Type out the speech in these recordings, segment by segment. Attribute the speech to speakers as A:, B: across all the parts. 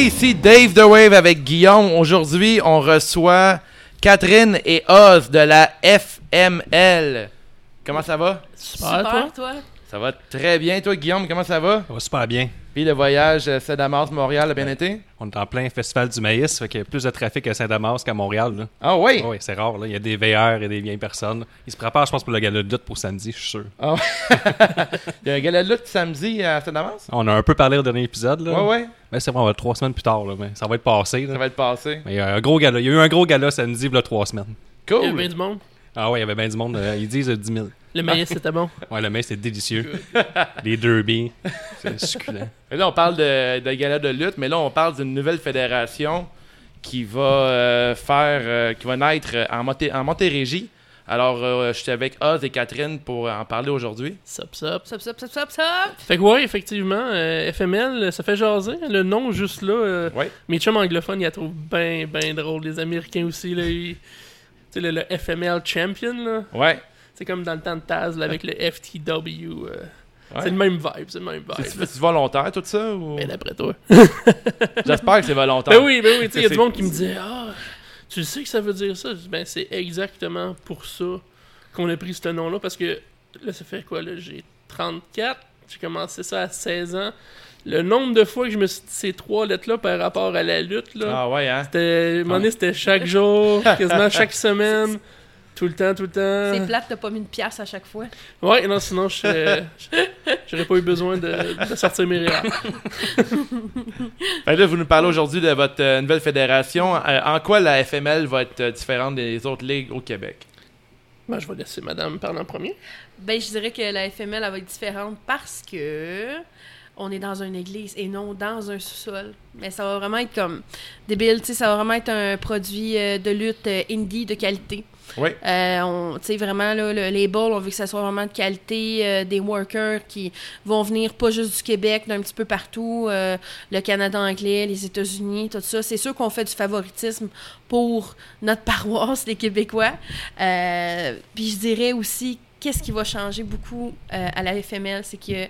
A: ici Dave The Wave avec Guillaume. Aujourd'hui, on reçoit Catherine et Oz de la FML. Comment ça va?
B: Super, toi?
C: Ah, toi?
A: Ça va très bien. Toi, Guillaume, comment ça va?
B: Ça va super bien.
A: Puis le voyage euh, Saint-Damas-Montréal a bien été?
B: On est en plein festival du maïs, fait qu'il y a plus de trafic à Saint-Damas qu'à Montréal. là.
A: Ah oui?
B: Oui, c'est rare. Là. Il y a des VR et des vieilles personnes. Ils se préparent, je pense, pour le gala de lutte pour samedi, je suis sûr.
A: Ah, Il y a un gala de lutte samedi à Saint-Damas?
B: On a un peu parlé au dernier épisode. Là.
A: Ouais, ouais.
B: Mais c'est vrai, on va être trois semaines plus tard. là, mais ça va être passé. là.
A: Ça va être passé.
B: Mais il y, a un gros gala. il y a eu un gros gala samedi, il y a trois semaines.
C: Il y a bien
A: Cool!
C: du monde.
B: Ah ouais, il y avait bien du monde. euh, ils disent euh, 10 000.
C: Le maïs, c'était bon.
B: Ouais, le maïs, c'est délicieux. les derbies, c'est succulent.
A: Mais là, on parle de, de gala de lutte, mais là, on parle d'une nouvelle fédération qui va euh, faire, euh, qui va naître euh, en, Monté- en Montérégie. Alors, euh, je suis avec Oz et Catherine pour en parler aujourd'hui.
C: Sop, sop.
D: Sop, sop, sop, sop, sop.
C: Fait que ouais, effectivement, euh, FML, ça fait jaser. Le nom, juste là, euh,
A: Ouais.
C: mes chums anglophones, ils la trouvent bien, bien drôle. Les Américains aussi, là, ils- Tu sais, le, le FML Champion, là.
A: Ouais.
C: C'est comme dans le temps de Taz, là, avec le FTW. euh,
A: Ouais.
C: C'est le même vibe, c'est le même
A: C'est
C: vibe.
A: c'est volontaire tout ça ou...
C: Ben, d'après toi.
A: J'espère que c'est volontaire.
C: Ben oui, ben oui, tu sais, il y a
A: C'est-
C: du monde qui me dit Ah, tu sais que ça veut dire ça Je dis, Ben, c'est exactement pour ça qu'on a pris ce nom-là, parce que là, ça fait quoi, là J'ai 34, j'ai commencé ça à 16 ans. Le nombre de fois que je me suis dit ces trois lettres-là par rapport à la lutte, là,
A: Ah ouais hein.
C: c'était, à un moment donné, c'était chaque jour, quasiment chaque semaine, tout le temps, tout le temps.
D: C'est plate, t'as pas mis une pièce à chaque fois.
C: Ouais, non, sinon, je serais- j'aurais pas eu besoin de, de sortir mes rires.
A: Fait que Ben là, vous nous parlez aujourd'hui de votre euh, nouvelle fédération. Euh, en quoi la FML va être euh, différente des autres ligues au Québec
C: Ben, je vais laisser madame parler en premier.
D: Ben, je dirais que la FML, elle va être différente parce que on est dans une église et non dans un sous-sol. Mais ça va vraiment être comme débile, tu sais, ça va vraiment être un produit euh, de lutte euh, indie de qualité.
A: Oui.
D: Euh, on- tu sais, vraiment, là, le label, on veut que ça soit vraiment de qualité, euh, des workers qui vont venir pas juste du Québec, d'un petit peu partout, euh, le Canada anglais, les États-Unis, tout ça. C'est sûr qu'on fait du favoritisme pour notre paroisse, les Québécois. Euh, Puis je dirais aussi, qu'est-ce qui va changer beaucoup euh, à la FML, c'est que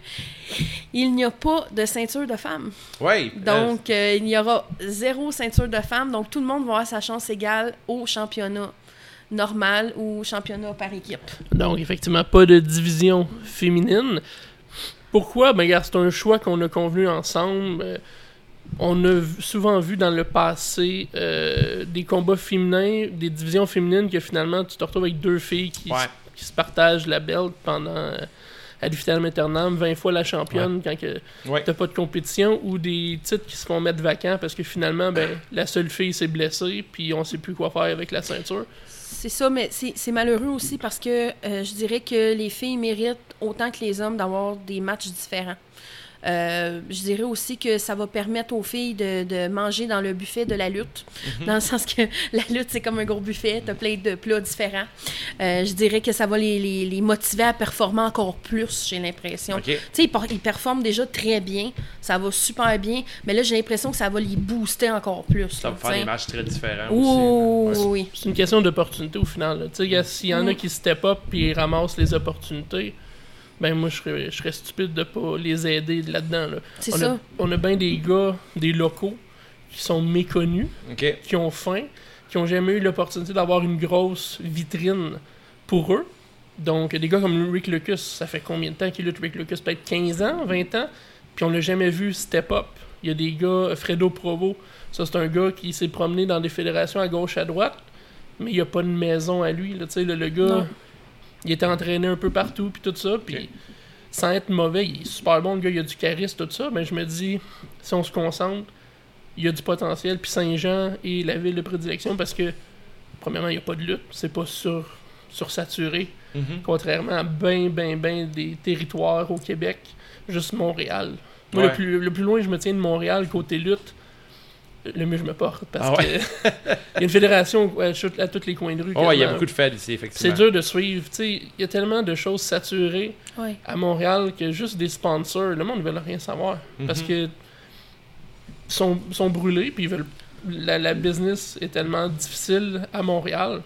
D: il n'y a pas de ceinture de femmes.
A: Oui.
D: Donc, euh, il y aura zéro ceinture de femmes. Donc, tout le monde va avoir sa chance égale au championnat normal ou championnat par équipe.
C: Donc, effectivement, pas de division féminine. Pourquoi? Ben, regarde, c'est un choix qu'on a convenu ensemble. Euh, on a v- souvent vu dans le passé euh, des combats féminins, des divisions féminines, que finalement, tu te retrouves avec deux filles qui,
A: Ouais.
C: s- qui se partagent la belt pendant... euh, à l'hôpital maternam, 20 fois la championne quand que
A: Ouais.
C: t'as pas de compétition ou des titres qui se font mettre vacants parce que finalement ben la seule fille s'est blessée puis on sait plus quoi faire avec la ceinture.
D: C'est ça, mais c'est c'est malheureux aussi parce que euh, je dirais que les filles méritent autant que les hommes d'avoir des matchs différents. Euh, je dirais aussi que ça va permettre aux filles de, de manger dans le buffet de la lutte,
A: Mhm.
D: dans le sens que la lutte, c'est comme un gros buffet, t'as plein de plats différents. Euh, je dirais que ça va les, les- les motiver à performer encore plus, j'ai l'impression.
A: OK.
D: Tu sais, ils, por- ils performent déjà très bien, ça va super bien, mais là, j'ai l'impression que ça va les booster encore plus.
A: Ça
D: là,
A: va faire
D: tu sais.
A: des matchs très différents
D: Oui, oui,
A: aussi.
D: oui,
A: là. Ouais.
D: oui.
C: C'est une question d'opportunité au final. là. Tu sais, gars, s'il y en a qui step up puis ramassent les opportunités, ben moi je serais, je serais stupide de pas les aider là-dedans. là.
D: C'est
C: On a-
D: ça.
C: on a bien des gars, des locaux qui sont méconnus,
A: OK.
C: qui ont faim, qui ont jamais eu l'opportunité d'avoir une grosse vitrine pour eux. Donc des gars comme Rick Lucas, ça fait combien de temps qu'il lutte Rick Lucas Peut-être 15 ans, 20 ans, puis on l'a jamais vu step up. Il y a des gars, euh, Fredo Provo, ça c'est un gars qui s'est promené dans des fédérations à gauche, à droite, mais il n'y a pas de maison à lui. Là, Tu sais, le, le gars,
D: Non.
C: il était entraîné un peu partout, puis tout ça, puis
A: Ok.
C: sans être mauvais, il est super bon, le gars, il a du charisme, tout ça, mais je me dis, si on se concentre, il y a du potentiel, puis Saint-Jean est la ville de prédilection parce que, premièrement, il n'y a pas de lutte, c'est pas sur, sursaturé,
A: Mhm.
C: contrairement à ben, ben, ben des territoires au Québec, juste Montréal. Moi,
A: Ouais.
C: le, plus, le plus loin que je me tiens de Montréal, côté lutte, le mieux je me porte parce
A: Ah
C: que il y a une fédération à, chou- à tous les coins de rue.
A: Oh, ouais, il y a
C: quasiment.
A: beaucoup de fêtes ici, effectivement.
C: C'est dur de suivre. tu sais, Il y a tellement de choses saturées
D: Ouais.
C: à Montréal que juste des sponsors, le monde ne veut rien savoir.
A: Mhm.
C: Parce que ils sont, ils sont brûlés, puis ils veulent. La, la business est tellement difficile à Montréal.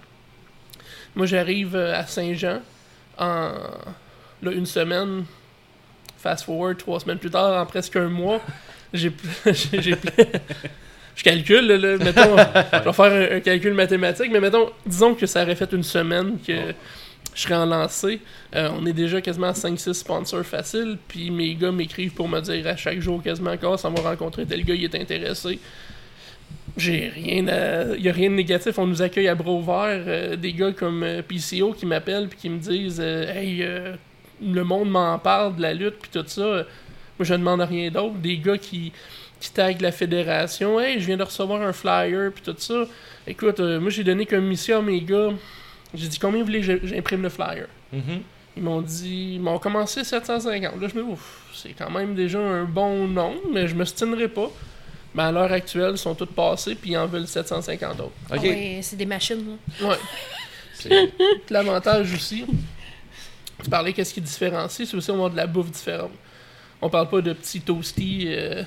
C: Moi, j'arrive euh, à Saint-Jean en là, une semaine, fast forward, trois semaines plus tard, en presque un mois. J'ai j'ai- j'ai- je calcule, là, là, mettons, je vais faire un, un calcul mathématique, mais mettons, disons que ça aurait fait une semaine que je serais en lancé. Euh, on est déjà quasiment à 5-6 sponsors faciles, puis mes gars m'écrivent pour me dire à chaque jour quasiment encore, ça va rencontrer tel gars, il est intéressé. J'ai rien à... Il n'y a rien de négatif. On nous accueille à bras ouverts. euh, des gars comme euh, PCO qui m'appellent puis qui me disent euh, Hey, euh, le monde m'en parle de la lutte puis tout ça. Moi, je ne demande rien d'autre. Des gars qui, qui taguent la fédération Hey, je viens de recevoir un flyer puis tout ça. Écoute, euh, moi, j'ai donné comme mission à mes gars. J'ai dit Combien vous voulez que je- j'imprime le flyer
A: Mhm.
C: ils m'ont dit, ils m'ont commencé 750. Là, je me dis, ouf, c'est quand même déjà un bon nombre, mais je me stinerai pas. Mais à l'heure actuelle, ils sont tous passés, puis ils en veulent 750 autres.
A: OK.
D: Ah Ouais, c'est des machines. là.
C: Ouais.
A: C'est-
C: Puis L'avantage aussi, tu parlais qu'est-ce qui différencie, c'est aussi on a de la bouffe différente. On parle pas de petits toasties euh,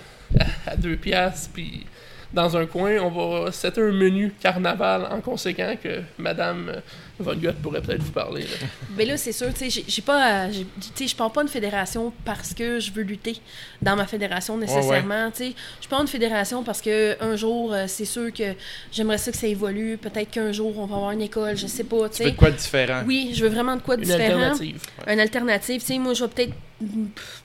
C: à, à deux piastres, puis dans un coin, on va setter un menu carnaval en conséquent que Madame euh, Von Goethe pourrait peut-être vous parler. là.
D: Mais là, c'est sûr, tu sais, j'ai- j'ai pas. à- j'ai- Tu sais, je prends pas une fédération parce que je veux lutter dans ma fédération nécessairement. Tu sais, je prends une fédération parce que un jour, euh, c'est sûr que j'aimerais ça que ça évolue. Peut-être qu'un jour, on va avoir une école, je sais pas. Tu
A: Tu veux
D: sais,
A: de quoi de différent?
D: oui, je veux vraiment de quoi de
C: Une
D: différent.
C: alternative.
D: Une alternative. Tu sais, moi, je vais peut-être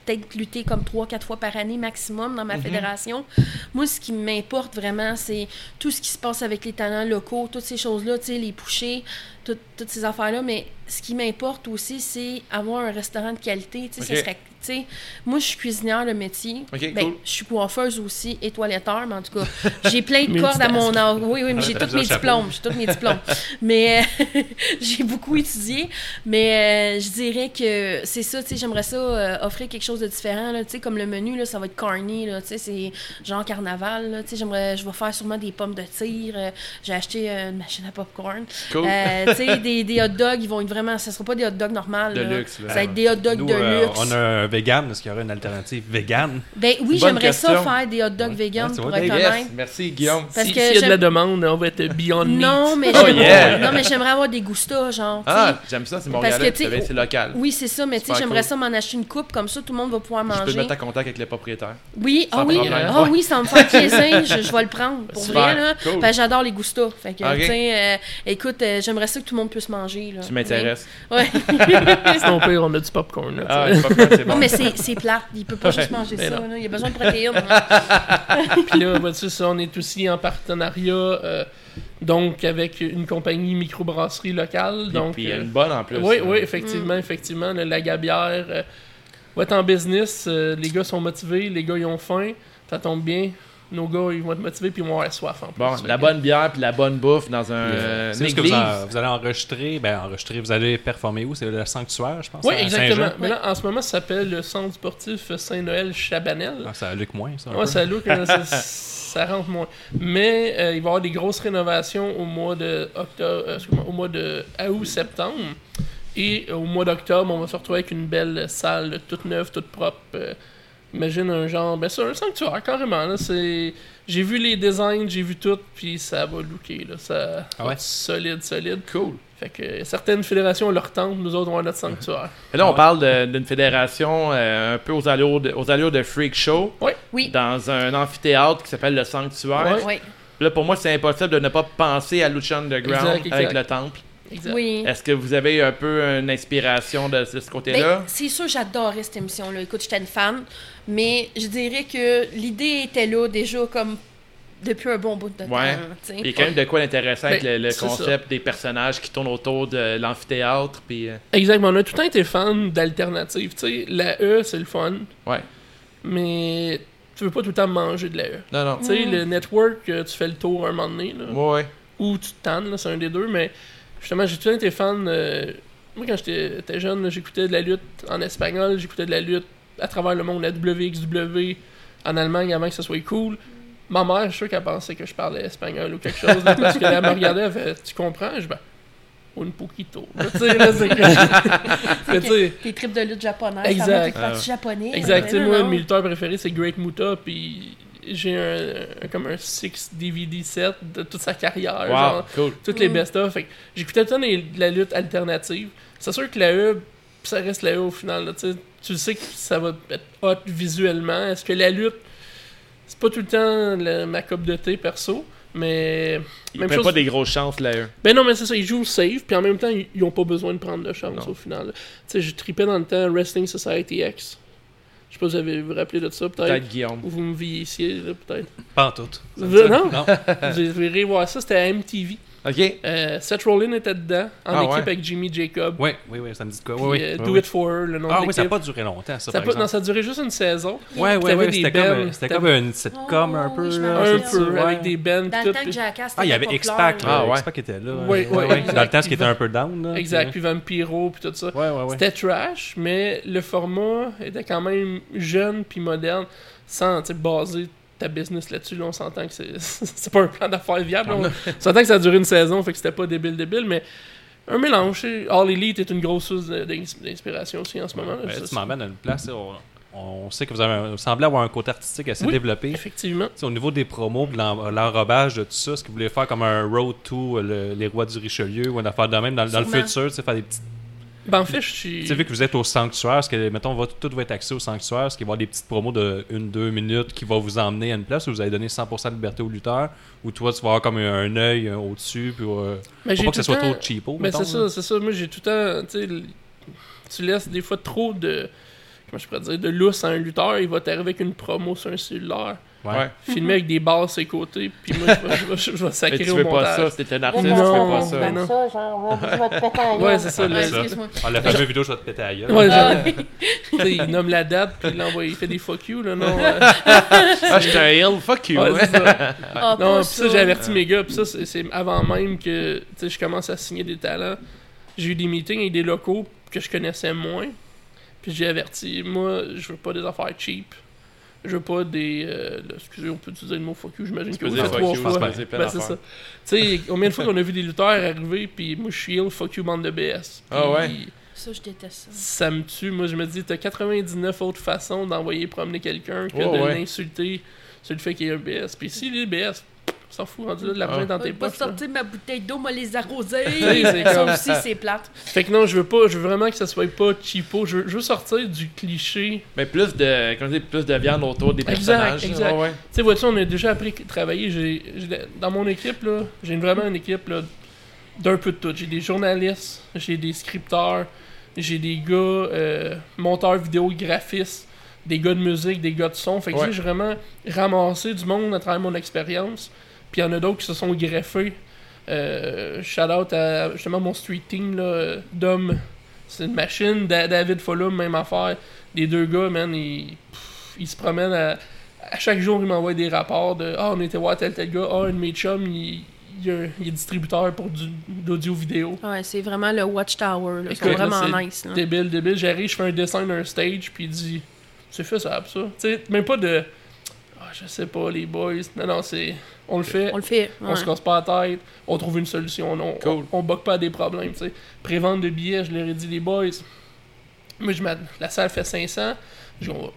D: peut-être lutter comme trois, quatre fois par année maximum dans ma fédération. Moi, ce qui m'importe vraiment, c'est tout ce qui se passe avec les talents locaux, toutes ces choses-là, tu sais, les pouchés, tout- toutes ces affaires-là. Mais ce qui m'importe aussi, c'est avoir un restaurant de qualité. Tu sais, ce
A: Ok.
D: serait- tu sais, moi, je suis cuisinière de métier.
A: Ok,
D: Ben,
A: cool.
D: Je suis coiffeuse aussi et toiletteur, mais en tout cas, j'ai plein de cordes à
C: Multitask.
D: mon arc. Oui, oui, mais j'ai
B: Ah, t'as
D: tous
B: besoin
D: mes
B: de chapeau.
D: diplômes. J'ai tous mes diplômes. Mais euh, j'ai beaucoup étudié. Mais euh, je dirais que c'est ça, tu sais, j'aimerais ça euh, offrir quelque chose de différent, là, tu sais, comme le menu, là, ça va être carny, là, tu sais, c'est genre carnaval, là, tu sais, j'aimerais, je vais faire sûrement des pommes de tir, euh, j'ai acheté euh, une machine à popcorn,
B: Oh.
A: Cool.
D: Euh, tu sais, des, des hot dogs, ils vont être vraiment, ça sera pas des hot dogs normales,
A: De
D: là.
A: luxe, là.
D: ça va être des hot dogs
B: Nous,
D: de
B: euh,
D: luxe.
B: on a un vegan. Est-ce qu'il y aurait une alternative vegan?
D: Ben oui,
A: Bonne
D: j'aimerais ça
A: question.
D: faire des hot dogs vegan,
B: Ouais, tu
D: pour
B: vois,
D: être
A: Hey, yes.
D: honnête.
A: Merci, Guillaume.
D: Parce
C: si,
D: que
C: s'il y a de la
D: j'aime-
C: demande, on va être Beyond Meat.
D: Non, mais
A: Oh,
D: j'aimerais-
A: yeah.
D: non, mais j'aimerais avoir des gustas, genre, tu sais.
A: Ah, j'aime ça, c'est
D: Parce
A: Montréal.
D: que, tu sais,
A: C'est local.
D: Oui, c'est ça, mais tu sais,
A: Super
D: j'aimerais
A: cool.
D: ça m'en acheter une coupe, comme ça tout le monde va pouvoir
A: Je peux te
D: manger.
A: mettre en contact avec les propriétaires.
D: Oui,
A: Sans
D: ah oui,
A: problème.
D: ah
A: Ouais.
D: oui, ça va me fait plaisir, je, je vais le prendre pour
A: Super,
D: vrai là.
A: cool. Ah,
D: Parce que j'adore les gustas. Fait que
A: Ok.
D: tu sais, euh, écoute, euh, j'aimerais ça que tout le monde puisse manger là.
A: Tu m'intéresses.
D: Ouais.
C: Sinon, pire, on a du popcorn. Là,
A: Ah,
C: tu sais.
A: c'est pas grave, c'est
D: non
A: bon.
D: mais c'est c'est plate, il peut pas juste manger
C: mais
D: ça
C: non.
D: là, il a besoin de protéines. hein.
C: Puis là, vois-tu, ça, on est aussi en partenariat euh, donc avec une compagnie microbrasserie locale.
A: Puis-
C: donc,
A: Puis il y a
C: euh,
A: une bonne en plus. hein.
C: oui,
A: là.
C: oui, effectivement, effectivement, le- la gabière. euh, va être en business, euh, les gars sont motivés, les gars ils ont faim, ça tombe bien, nos gars ils vont être motivés puis ils vont avoir soif en plus.
A: Bon,
C: Fait
A: la
C: que-
A: bonne bière puis la bonne bouffe dans un euh,
B: c'est
A: une
B: juste que vous, en-
A: église.
B: vous allez enregistrer. Ben, enregistrer, vous allez performer où? C'est le sanctuaire, je pense.
C: Oui,
B: à
C: exactement.
B: Saint-Jean?
C: Mais là, en ce moment, ça s'appelle le centre sportif Saint-Noël Chabanel.
B: Ah, ça Luc moins, ça. un
C: Ouais,
B: peu.
C: ça look, hein, ça, ça rentre moins. Mais euh, il va y avoir des grosses rénovations au mois de octobre, euh, excuse-moi, au mois de août, septembre. Et euh, au mois d'octobre, on va se retrouver avec une belle salle toute neuve, toute propre. euh, imagine un genre, ben c'est un sanctuaire carrément. Là, c'est, j'ai vu les designs, j'ai vu tout, puis ça va looker là, ça
B: Ah
C: va
B: ouais?
C: être solide, solide.
A: Cool.
C: Fait que euh, certaines fédérations ont leur temple, nous autres on a notre sanctuaire.
A: Et là, on parle de- d'une fédération euh, un peu aux allures, de, aux allures de Freak Show.
D: Oui.
A: Dans un amphithéâtre qui s'appelle le Sanctuaire.
D: Ouais.
A: Là, pour moi, c'est impossible de ne pas penser à Lucha Underground
C: Exact, exact.
A: avec le temple.
C: Exact.
D: Oui.
A: Est-ce que vous avez un peu une inspiration de ce ce côté-là?
D: Ben, c'est sûr, j'adorais cette émission-là. Écoute, j'étais une fan, mais je dirais que l'idée était là déjà comme depuis un bon bout de temps.
A: Ouais.
D: tu sais.
A: Il y a quand même de quoi d'intéressant avec le, le
C: Ben, c'est
A: concept des personnages qui tournent autour de l'amphithéâtre. Puis, euh,
C: Exactement, on a tout le temps été fan d'alternatives. Tu sais, la E, c'est le fun,
A: ouais.
C: mais tu veux pas tout le temps manger de la E.
A: Non, non.
C: Tu sais, le network, euh, tu fais le tour un moment donné, là,
A: Ouais, ouais.
C: ou tu te tannes, là, c'est un des deux, mais justement, j'ai tout le temps été fan. euh, moi, quand j'étais j'étais jeune, là, j'écoutais de la lutte en espagnol, j'écoutais de la lutte à travers le monde, la WXW, en Allemagne, avant que ce soit cool. Ma mère, je suis sûr qu'elle pensait que je parlais espagnol ou quelque chose, là, parce qu'elle me regardait, elle fait Tu comprends Je dis, Ben, un poquito. Là, Tu sais, là, c'est. Mais tu sais,
D: Tes tripes de lutte japonaise,
C: Exact.
D: ça va, t'es parti japonais.
C: Exact,
D: mais
C: tu sais,
D: non,
C: moi,
D: non.
C: mes lutteurs préférés, c'est Great Muta, puis j'ai un, un- comme un 6 DVD set de toute sa carrière,
A: Wow,
C: genre,
A: cool.
C: toutes les
D: Mm.
C: best-of. Fait que j'écoutais tout le temps des- de la lutte alternative. C'est sûr que la E, ça reste la E au final, là, tu sais. Tu sais que ça va être hot visuellement. Est-ce que la lutte, C'est pas tout le temps la- ma coupe de thé perso, mais.
A: Il
C: Même
A: prend
C: chose-
A: pas des grosses chances, là, eux.
C: Ben non, mais c'est ça, ils jouent safe, puis en même temps, ils ils ont pas besoin de prendre de chance
A: Non.
C: au final. Tu sais, je tripais dans le temps Wrestling Society X. Je sais pas si vous avez vous rappelez de ça, peut-être.
A: Peut-être Guillaume.
C: Ou vous me vieillissez, là, peut-être.
B: Pas en tout.
C: Vous- non?
B: Non.
C: vous irez voir ça, c'était à MTV.
A: OK.
C: Euh, Seth Rollin était dedans, en
A: Ah
C: équipe
A: ouais.
C: avec Jimmy Jacob.
B: Oui, oui, oui, ça me dit de quoi.
C: puis,
B: Oui,
C: euh,
B: oui,
C: Do
B: oui,
C: It For Her, le nom
B: Ah
C: de
B: oui, ça n'a
C: l'équipe.
B: pas duré longtemps, ça,
C: Ça a
B: par
C: pas- non,
B: exemple.
C: ça a duré juste une saison.
B: Ouais, ouais,
C: t'avais
B: ouais,
C: des
B: c'était comme,
C: bands,
B: c'était
C: t'avais-
B: comme une sitcom
D: Oh,
B: un peu.
D: oui, je me
B: là,
C: Un
D: rappelle.
B: c'est
C: peu,
B: ça,
C: avec
B: ouais.
C: des bands.
D: Dans
C: tout,
D: le temps que
C: puis-
D: Jackass,
B: Ah, il y avait X-Pac,
A: Ah,
B: là.
A: ouais.
B: X-Pac était là.
C: Oui,
B: ouais,
C: oui,
B: ouais, Dans le
C: exact.
B: temps, ce qui était un peu down. Là,
C: Exact, puis Vampiro, puis tout ça.
B: Ouais, ouais, ouais.
C: C'était trash, mais le format était quand même jeune puis moderne, sans tu sais, baser ta business là-dessus. Là, on s'entend que c'est c'est pas un plan d'affaires viable. là. On s'entend que ça a duré une saison, fait que c'était pas débile débile, mais un mélange. tu sais. All Elite est une grosse source de- d'ins- d'inspiration aussi en ce moment.
B: Ben, tu m'emmènes à une place. là, On, on sait que vous, avez, un- vous semblez avoir un côté artistique assez
C: Oui.
B: développé. Tu
C: Effectivement.
B: sais, au niveau des promos, de l'en- l'enrobage de tout ça, est-ce que vous voulez faire comme un road to euh, le- les rois du Richelieu ou une affaire de même dans, dans le
D: Sûrement.
B: futur, tu sais, faire des petites.
C: Ben, en fait, je
B: Tu
C: suis.
B: sais, vu que vous êtes au sanctuaire, est-ce que, mettons, va- tout va être axé au sanctuaire, est-ce qu'il va y avoir des petites promos de 1-2 minutes qui va vous emmener à une place où vous allez donner 100% de liberté au lutteur ou toi, tu vas avoir comme un, un œil euh, au-dessus, puis. euh,
C: Mais
B: faut
C: ben, j'ai
B: pas que ça
C: tout
B: soit
C: le temps-
B: trop cheapo,
C: Mais
B: mettons,
C: c'est ça,
B: là.
C: c'est ça. Moi, j'ai tout le temps. Tu sais, l- tu laisses des fois trop de. Comment je pourrais dire De lousse à un lutteur, il va t'arriver avec une promo sur un cellulaire.
B: Ouais.
A: Ouais.
C: filmé avec des barres ses côtés, puis moi je vais, je vais, je vais
A: Mais
C: sacrer
A: tu
C: au
A: veux pas
C: montage.
A: ça, c'est un artiste,
C: Non,
A: tu veux pas ça.
C: ben non. Ouais, c'est ça.
D: Ouais,
C: le-
D: excuse-moi.
B: Ah, la fameuse vidéo, je vais te péter à la gueule.
C: Ouais,
D: Ah,
C: genre, tu sais, il nomme la date, puis il, l'envoie, il fait des fuck you, là, non. euh,
A: Ah, je suis un heel, fuck you. hein.
C: ouais,
A: ouais.
C: c'est ça.
D: Ah,
C: Non,
D: pas
C: puis ça, j'ai averti mes gars, puis ça, c'est c'est avant même que tu sais, je commence à signer des talents. J'ai eu des meetings avec des locaux que je connaissais moins, puis j'ai averti, moi, je veux pas des affaires cheap. Je veux pas des. euh, là, excusez, on peut utiliser le mot fuck you, j'imagine que
A: peux
C: oui,
A: dire
C: c'est
A: fuck
C: trois
A: you,
C: fois.
A: je pense que c'est plein
C: Ben, c'est ça.
A: d'affaires.
C: Tu sais, combien de fois qu'on a vu des lutteurs arriver, puis moi je suis ill, fuck you, bande de BS.
A: Ah
C: Puis
A: ouais?
D: Ça, je déteste ça.
C: Ça me tue. Moi je me dis, t'as 99 autres façons d'envoyer promener quelqu'un que
A: Oh,
C: de
A: ouais.
C: l'insulter sur le fait qu'il y a un BS. Puis s'il est le BS, s'en fout, rendu là de l'argent
A: Ah.
C: dans
D: Je
C: tes
D: pas
C: poches. là.
D: sortir ma bouteille d'eau, moi les arroser.
C: c'est
D: ça
C: comme-
D: aussi, c'est plate.
C: Fait que non, je veux pas, je veux vraiment que ça soit pas cheapo. Je veux, je veux sortir du cliché.
A: Mais plus de, comment dire, plus de viande autour des personnages.
C: exact.
A: Ah ouais.
C: Tu sais, vois-tu, on a déjà appris à travailler. J'ai- j'ai- dans mon équipe, là, j'ai une- vraiment une équipe là, d'un peu de tout. J'ai des journalistes, j'ai des scripteurs, j'ai des gars euh, monteurs vidéo, graphistes, des gars de musique, des gars de son. Fait que tu sais,
A: Ouais.
C: j'ai vraiment ramassé du monde à travers mon expérience. Puis il y en a d'autres qui se sont greffés. Euh, shout out à justement mon street team, là, euh, Dom, c'est une machine. Da- David Follum, même affaire. Les deux gars, man, ils, pff, ils se promènent à. À chaque jour, ils m'envoient des rapports de Ah, on était voir tel tel gars. Ah, un de mes chums, il, il, est- il est distributeur pour du- d'audio-vidéo.
D: Ouais, c'est vraiment le Watchtower. Là. Ils sont
C: Écoute, là,
D: vraiment
C: c'est
D: nice. là.
C: Débile, débile. J'arrive, je fais un dessin d'un stage, puis il dit C'est faisable, ça. Tu sais, même pas de Ah, je sais pas, les boys. Non, non, c'est. On le fait.
D: On le fait.
C: On
D: ouais.
C: se casse pas la tête, on trouve une solution, on, on,
A: Cool.
C: on bug pas à des problèmes, tu sais. Prévente de billets, je leur ai dit, les boys, moi, je m'att- la salle fait 500, je, on va-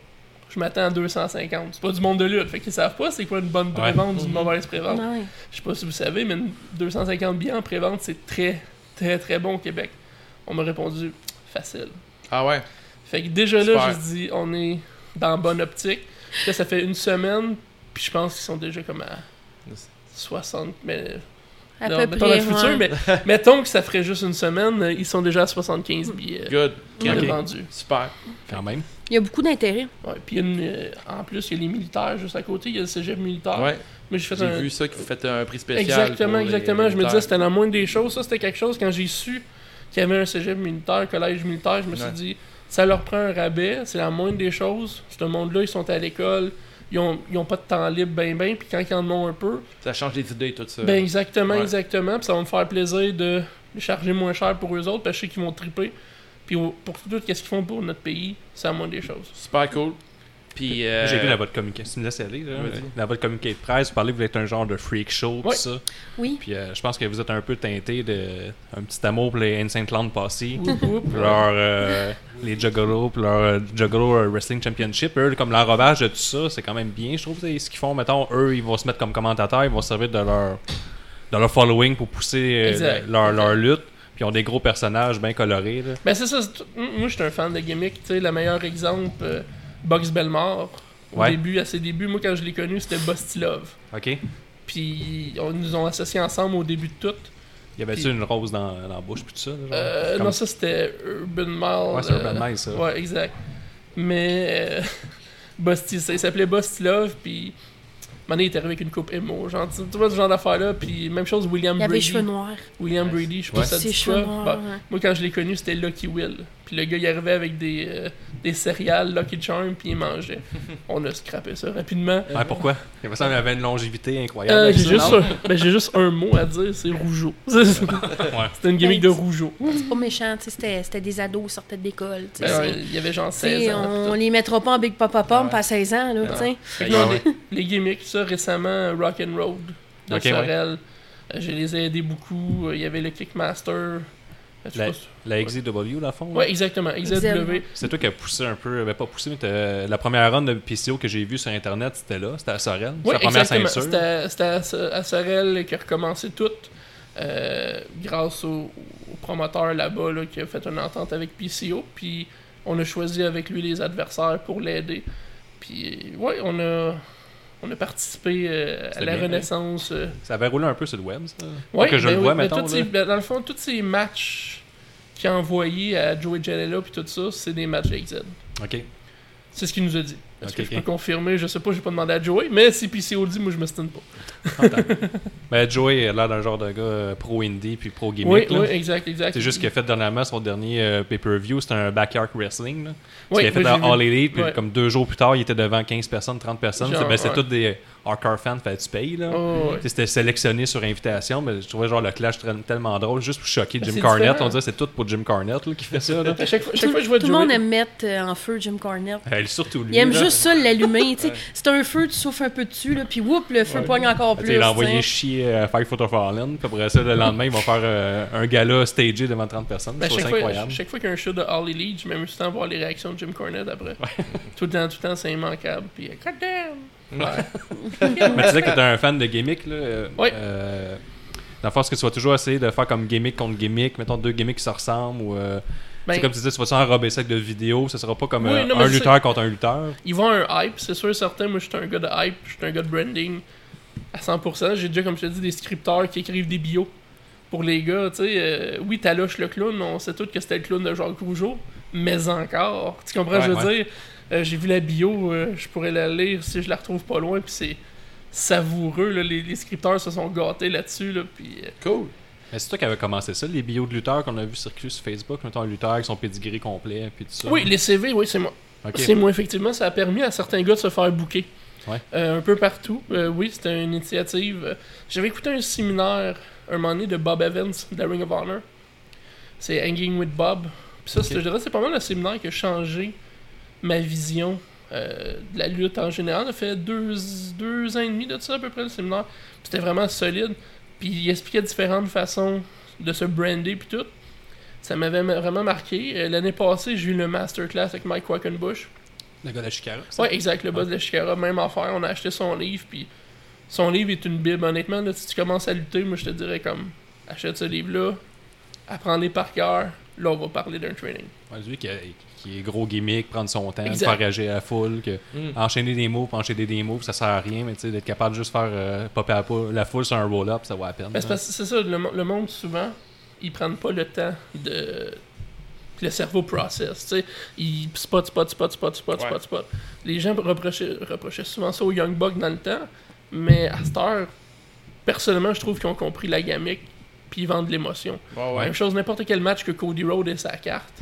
C: je m'attends à 250. C'est pas du monde de lutte, fait qu'ils savent pas c'est quoi une bonne
B: Ouais.
C: prévente ou une mauvaise prévente.
D: Mhm. Ouais.
C: Je sais pas si vous savez, mais une 250 billets en prévente, c'est très, très, très bon au Québec. On m'a répondu, facile.
A: Ah ouais.
C: Fait que déjà là,
A: Super.
C: je dis, on est dans bonne optique. Là, ça fait une semaine, puis je pense qu'ils sont déjà comme à 60, mais
D: À
C: non,
D: peu
C: mettons
D: près.
C: dans le futur,
D: ouais.
C: mais mettons que ça ferait juste une semaine, euh, ils sont déjà à
D: Mm.
C: 75 billets euh,
A: Good.
C: de
A: Ok.
C: vendus.
A: Super.
B: Quand même.
D: Il y a beaucoup d'intérêt.
C: Ouais, puis il y a une, euh, en plus, il y a les militaires juste à côté, il y a le cégep militaire.
A: Ouais.
C: Mais j'ai fait
A: J'ai
C: un...
A: vu ça que vous faites un prix spécial.
C: Exactement,
A: pour les
C: exactement. Je me disais,
A: militaires.
C: c'était la moindre des choses. Ça, c'était quelque chose, quand j'ai su qu'il y avait un cégep militaire, collège militaire, je me suis
A: Ouais.
C: dit, ça leur prend un rabais, c'est la moindre des choses. Ce monde-là, ils sont à l'école, ils ont, ils ont pas de temps libre, ben ben, puis quand ils en ont un peu,
A: Ça change les idées, tout ça.
C: Ben exactement,
A: Euh, Ouais.
C: exactement. Puis ça va me faire plaisir de les charger moins cher pour eux autres, parce que je sais qu'ils vont triper. Puis au- pour tout, tout qu'est-ce qu'ils font pour notre pays, c'est la moindre des choses.
A: Super cool. Puis. euh,
B: J'ai vu dans votre communication, tu me laisses aller, là,
A: Vas-y.
B: dans votre communiqué de presse, vous parlez que vous êtes un genre de freak show, tout
C: Ouais.
B: ça.
D: Oui.
B: Puis euh, je pense que vous êtes un peu teinté de un petit amour pour les Insane Clown Posse,
C: Oup, oup.
B: pour leur, euh, les Juggalo, pour leur euh, Juggalo Wrestling Championship. Eux, comme l'enrobage de tout ça, c'est quand même bien, je trouve. c'est Ce qu'ils font, mettons, eux, ils vont se mettre comme commentateurs, ils vont se servir de leur, de leur following pour pousser euh,
C: Exact.
B: leur, leur lutte. Puis ils ont des gros personnages bien colorés. Là.
C: Ben c'est ça, c'est tout- m- moi je suis un fan de gimmick, tu sais, le meilleur exemple, euh, Box Belmore. Au
B: Ouais.
C: début, à ses débuts, moi quand je l'ai connu, c'était Bostilov.
B: Ok. Il
C: Puis on nous ont associés ensemble au début de tout.
B: Y avait-tu
C: Puis-
B: une rose dans, dans la bouche, puis tout ça? là, genre?
C: Euh,
B: Comme-
C: non, ça c'était Urban Mile.
B: Ouais, c'est
C: euh,
B: Urban Nice, ça.
C: Ouais, exact. Mais euh, Bosti, ça, il s'appelait Bostilov, puis Mané il était arrivé avec une coupe emo, genre tu, tu vois ce genre d'affaire là, puis même chose William
D: Il avait les
C: Brady.
D: cheveux noirs.
C: William
B: Ouais.
C: Brady, je sais
B: Ouais.
C: pas si ça te
D: Ses
C: dit
D: cheveux
C: quoi. Bah,
D: noirs. ouais.
C: moi quand je l'ai connu, c'était Lucky Will. Puis le gars il arrivait avec des euh, des céréales Lucky Charm puis il mangeait. On a scrappé ça rapidement.
B: Ouais, pourquoi? Euh, Il me semble qu'il y avait une longévité incroyable.
C: Euh,
B: avec
C: j'ai
B: ça,
C: juste,
B: non?
C: un- ben, j'ai juste un mot à dire, c'est Rougeau. C'était une gimmick de Rougeau.
D: C'est pas méchant, tu sais, c'était c'était des ados qui sortaient de l'école. tu sais,
C: Ben,
D: c'est-
C: il y avait genre
D: tu sais,
C: 16 ans.
D: on les mettra pas en Big Papa Pump
A: Ouais.
D: à 16 ans, là,
C: Ouais.
D: tu sais.
C: Fait que non,
B: Ouais.
C: les, les gimmicks, ça, récemment, Rock and Road de
B: Ok,
C: Sorel. Euh, je les ai aidés beaucoup. Euh, Il y avait le Kickmaster. Euh, je sais
B: La-
C: pas si-
B: La XW, dans le fond? là?
C: Ouais, exactement. XW.
B: C'est toi qui as poussé un peu, ben pas poussé, mais t'as- la première run de PCO que j'ai vue sur Internet, c'était là, c'était à Sorel.
C: Ouais,
B: c'est la première
C: exactement.
B: ceinture.
C: C'était à- C'était à, So- à Sorel qui a recommencé tout. euh, grâce au, au promoteur là-bas là, qui a fait une entente avec PCO. Puis on a choisi avec lui les adversaires pour l'aider. Puis ouais, on a, on a participé euh, à
B: C'était
C: la
B: bien, hein?
C: Renaissance. euh,
B: Ça avait roulé un peu sur le web, ça. Pas
C: Ouais,
B: que je
C: ben
B: le
C: oui,
B: vois,
C: mais
B: mettons.
C: tous
B: là.
C: ces- ben, dans le fond, tous ces matchs qu'il a envoyés à Joey Janela puis tout ça, c'est des matchs XZ.
B: Ok.
C: C'est ce qu'il nous a dit. Est-ce
B: Ok,
C: que je
B: ok.
C: peux confirmer? Je sais pas, j'ai pas demandé à Joey, mais si PCO dit, moi je me stun pas.
B: Ben, Joey a l'air d'un genre de gars euh, pro-indie puis
C: Oui,
B: pro-gimmick. là.
C: oui, exact, exact.
B: C'est juste qu'il a fait dernièrement son dernier euh, pay-per-view, c'était un backyard wrestling. Là.
C: Oui,
B: il a fait
C: là, j'ai
B: dans All
C: vu.
B: Elite, puis
C: Ouais.
B: comme deux jours plus tard, il était devant 15 personnes, 30 personnes.
C: Genre,
B: C'est- ben, c'était
C: ouais.
B: tous des hardcore fans, fait tu payes. Là.
C: Oh, ouais.
B: Tu sais, C'était sélectionné sur invitation, mais je trouvais genre le clash tra- tellement drôle, juste pour choquer
C: Ben,
B: Jim
C: c'est
B: Carnett.
C: différent.
B: On dirait que c'est tout pour Jim Carnett là, qui fait ça. Là.
C: À Ben, chaque fois, chaque fois que je vois
D: Tout le monde
C: Joey.
D: aime mettre euh, en feu Jim Cornette.
B: Euh, surtout lui.
D: Il aime
B: là.
D: juste ça l'allumer, tu sais. C'est un feu, tu souffles un peu dessus, là, puis whoop, le feu poigne encore
B: Ah, Tu
D: plus.
B: sais, Il a envoyé
D: tu sais.
B: chier à Five Foot of Ireland, puis après ça, le lendemain, ils vont faire euh, un gala stagé devant 30 personnes.
C: Ben,
B: je trouve
C: chaque,
B: ça
C: fois,
B: incroyable.
C: chaque fois qu'il y a un show de All Elite, je m'amuse tant voir les réactions de Jim Cornette après. Tout le temps, tout le temps, c'est immanquable. Puis, euh, God damn! Ouais.
B: Mais tu disais que t'es un fan de gimmick, là. euh,
C: Oui.
B: euh, dans le fond, est-ce que tu vas toujours essayer de faire comme gimmick contre gimmick, mettons deux gimmicks qui se ressemblent ou. euh,
C: Ben,
B: c'est comme tu disais, tu vas s'enrober ça avec de vidéos, ça sera pas comme
C: Oui,
B: euh,
C: non, mais
B: un
C: c'est-
B: lutteur contre un lutteur.
C: ils vont à un hype, c'est sûr et certain. Moi, je suis un gars de hype, je suis un gars de branding à 100%. J'ai déjà, comme je te dis, des scripteurs qui écrivent des bios pour les gars. Tu sais, euh, oui, Taloche le clown, on sait tous que c'était le clown de Jacques Rougeau, mais encore. Tu comprends,
B: Ouais,
C: je veux
B: ouais.
C: dire, euh, j'ai vu la bio, euh, je pourrais la lire si je la retrouve pas loin, puis c'est savoureux. là. Les, les scripteurs se sont gâtés là-dessus, là, puis. euh,
A: Cool.
B: Mais c'est toi qui avais commencé ça, les bios de lutteurs qu'on a vu circuler sur Facebook, mettons un lutteur avec son pedigree complet, puis tout ça.
C: Oui, les CV, oui, c'est moi.
B: Ok.
C: C'est moi, effectivement. Ça a permis à certains gars de se faire bouquer.
B: Ouais.
C: un peu partout. Euh, oui, c'était une initiative. Euh, J'avais écouté un séminaire un moment donné de Bob Evans, de la Ring of Honor. C'est Hanging with Bob. Puis ça, c'est- je dirais, c'est pas mal le séminaire qui a changé ma vision euh, de la lutte en général. Ça fait deux, deux ans et demi de ça, à peu près, le séminaire. Puis C'était vraiment solide. Puis il expliquait différentes façons de se brander, puis tout. Ça m'avait ma- vraiment marqué. Euh, L'année passée, j'ai eu le masterclass avec Mike Quackenbush.
B: Le gars de Chicago. ça.
C: Ouais, exact, le boss de Chicago, même affaire. On a acheté son livre, puis son livre est une bible. Honnêtement, là, si tu commences à lutter, moi je te dirais comme, achète ce livre-là, apprends-les par cœur, là on va parler d'un training. Ben,
B: Ouais, lui qui, a- qui est gros gimmick, prendre son temps,
C: Exact.
B: faire réagir à la foule, que
A: Mm.
B: enchaîner des moves, enchaîner des moves, ça sert à rien, mais tu sais, d'être capable de juste faire euh, popper la, poule- la foule sur un roll-up, ça vaut la peine. hein.
C: Ben, c'est parce que c'est ça, le, mo- le monde, souvent, ils prennent pas le temps de. que le cerveau process, tu sais. Ils spot, spot, spot, spot, spot,
A: Ouais.
C: spot, spot. Les gens reprochaient, reprochaient souvent ça aux Young Bucks dans le temps, mais à cette heure, personnellement, je trouve qu'ils ont compris la gamique, puis ils vendent de l'émotion.
A: Ouais, ouais.
C: Même chose, n'importe quel match que Cody Rhodes ait sa carte,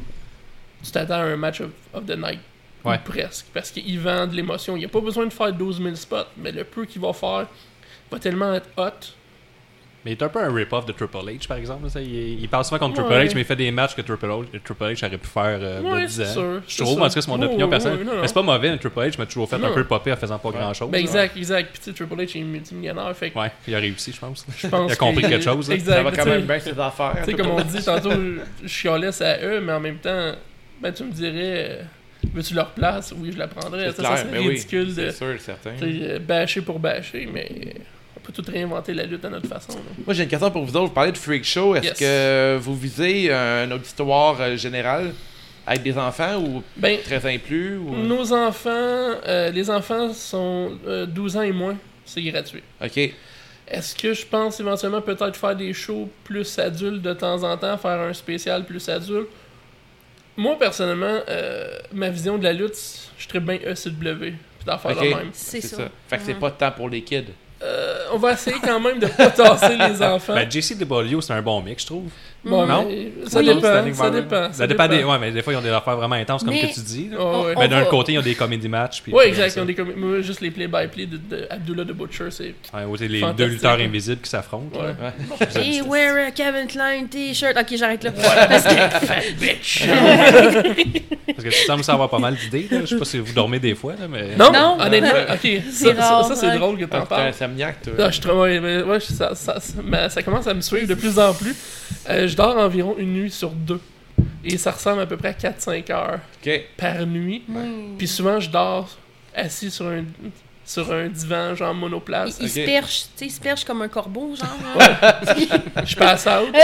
C: tu t'attends à un match of, of the night. Ou
B: Ouais.
C: presque. Parce qu'il vend de l'émotion. Il n'y a pas besoin de faire 12 000 spots, mais le peu qu'il va faire va tellement être hot
B: Mais il est un peu un rip-off de Triple H, par exemple. là, ça. Il, il parle souvent contre
C: Ouais.
B: Triple H, mais il fait des matchs que Triple H, Triple H aurait pu faire euh, il y a
C: Ouais,
B: 10
C: c'est
B: ans.
C: sûr,
B: je
C: c'est
B: trouve,
C: sûr.
B: en tout cas, c'est mon
C: Ouais,
B: opinion
C: ouais,
B: personnelle.
C: ouais, non, non.
B: Mais c'est pas mauvais, un Triple H m'a toujours fait
C: Non.
B: un peu popper en faisant pas
A: Ouais.
B: grand-chose. hein.
C: Ben exact, exact. Puis tu sais, Triple H est multimillionnaire, fait que
B: Ouais, il a réussi, je pense.
C: je pense
B: Il a compris
C: que-
B: quelque chose, là.
C: Exact.
A: Ça va quand
C: tu sais,
A: même bien ses affaires.
C: Tu sais, comme on dit tantôt, je- je chialais à eux, mais en même temps, ben tu me dirais, euh, veux-tu leur place? Oui, je la prendrais.
A: c'est
C: Ça, ça
A: clair,
C: serait
A: mais oui.
C: ridicule de
A: C'est sûr, et certain.
C: tu sais, euh, bâcher pour bâcher, mais euh, on peut tout réinventer la lutte à notre façon. là.
A: Moi, j'ai une question pour vous autres. Vous parlez de Freak Show. Est-ce
C: Yes.
A: que vous visez un auditoire euh, général Avec des enfants ou
C: Ben,
A: 13 ans et plus? Ou...
C: nos enfants, euh, les enfants sont euh, 12 ans et moins, c'est gratuit.
A: OK.
C: Est-ce que je pense éventuellement peut-être faire des shows plus adultes de temps en temps, faire un spécial plus adulte? Moi, personnellement, euh, ma vision de la lutte, je serais bien ECW, puis d'en faire
A: Ok.
C: la même.
D: C'est ça.
A: Fait que c'est
D: Mhm.
A: pas de temps pour les kids.
C: Euh, on va essayer quand même de pas tasser les enfants.
B: Ben, JCW, c'est un bon mix, je trouve.
C: Bon,
B: Non?
C: mais Ça,
D: Oui.
C: dépend,
B: Standing
C: Ah, ça
B: Violence.
C: dépend.
B: Ça dépend des. Ouais, mais des fois, ils ont des affaires vraiment intenses, comme
D: Mais-
B: que tu dis. là.
C: Ah, ouais.
D: On-
B: Ben, d'un
D: va-
B: côté, ils ont des comedy matchs. puis-
C: Oui,
B: puis
C: exact.
B: ça.
C: On est comme, moi, juste les play-by-play de, de Abdullah de Butcher, c'est.
B: Ouais, ou c'est les deux
C: Fantastique.
B: lutteurs invisibles qui s'affrontent.
C: Ouais.
B: là.
D: Et wear a Kevin Klein t-shirt. Ok, j'arrête là.
B: Parce que tu sembles savoir pas mal d'idées. là. Je sais pas si vous dormez des fois, là, mais.
C: Non,
D: Non.
C: honnêtement, ok. Ça, ça,
D: rare,
C: ça, c'est
D: ouais.
C: drôle que t'en
A: Ah, t'es un
C: parles.
A: samniac, toi.
C: Ah, je tra- ouais, mais- ouais, je- ça, ça, ça- ma- ça commence à me suivre de plus en plus. Euh, je dors environ une nuit sur deux. Et ça ressemble à peu près à 4-5 heures
A: OK.
C: par nuit. Puis souvent, je dors assis sur un, sur un divan, genre
D: Il,
C: monoplace.
D: il se
A: Ok.
D: perche, tu sais, il se perche comme un corbeau, genre. hein.
C: Je passe out.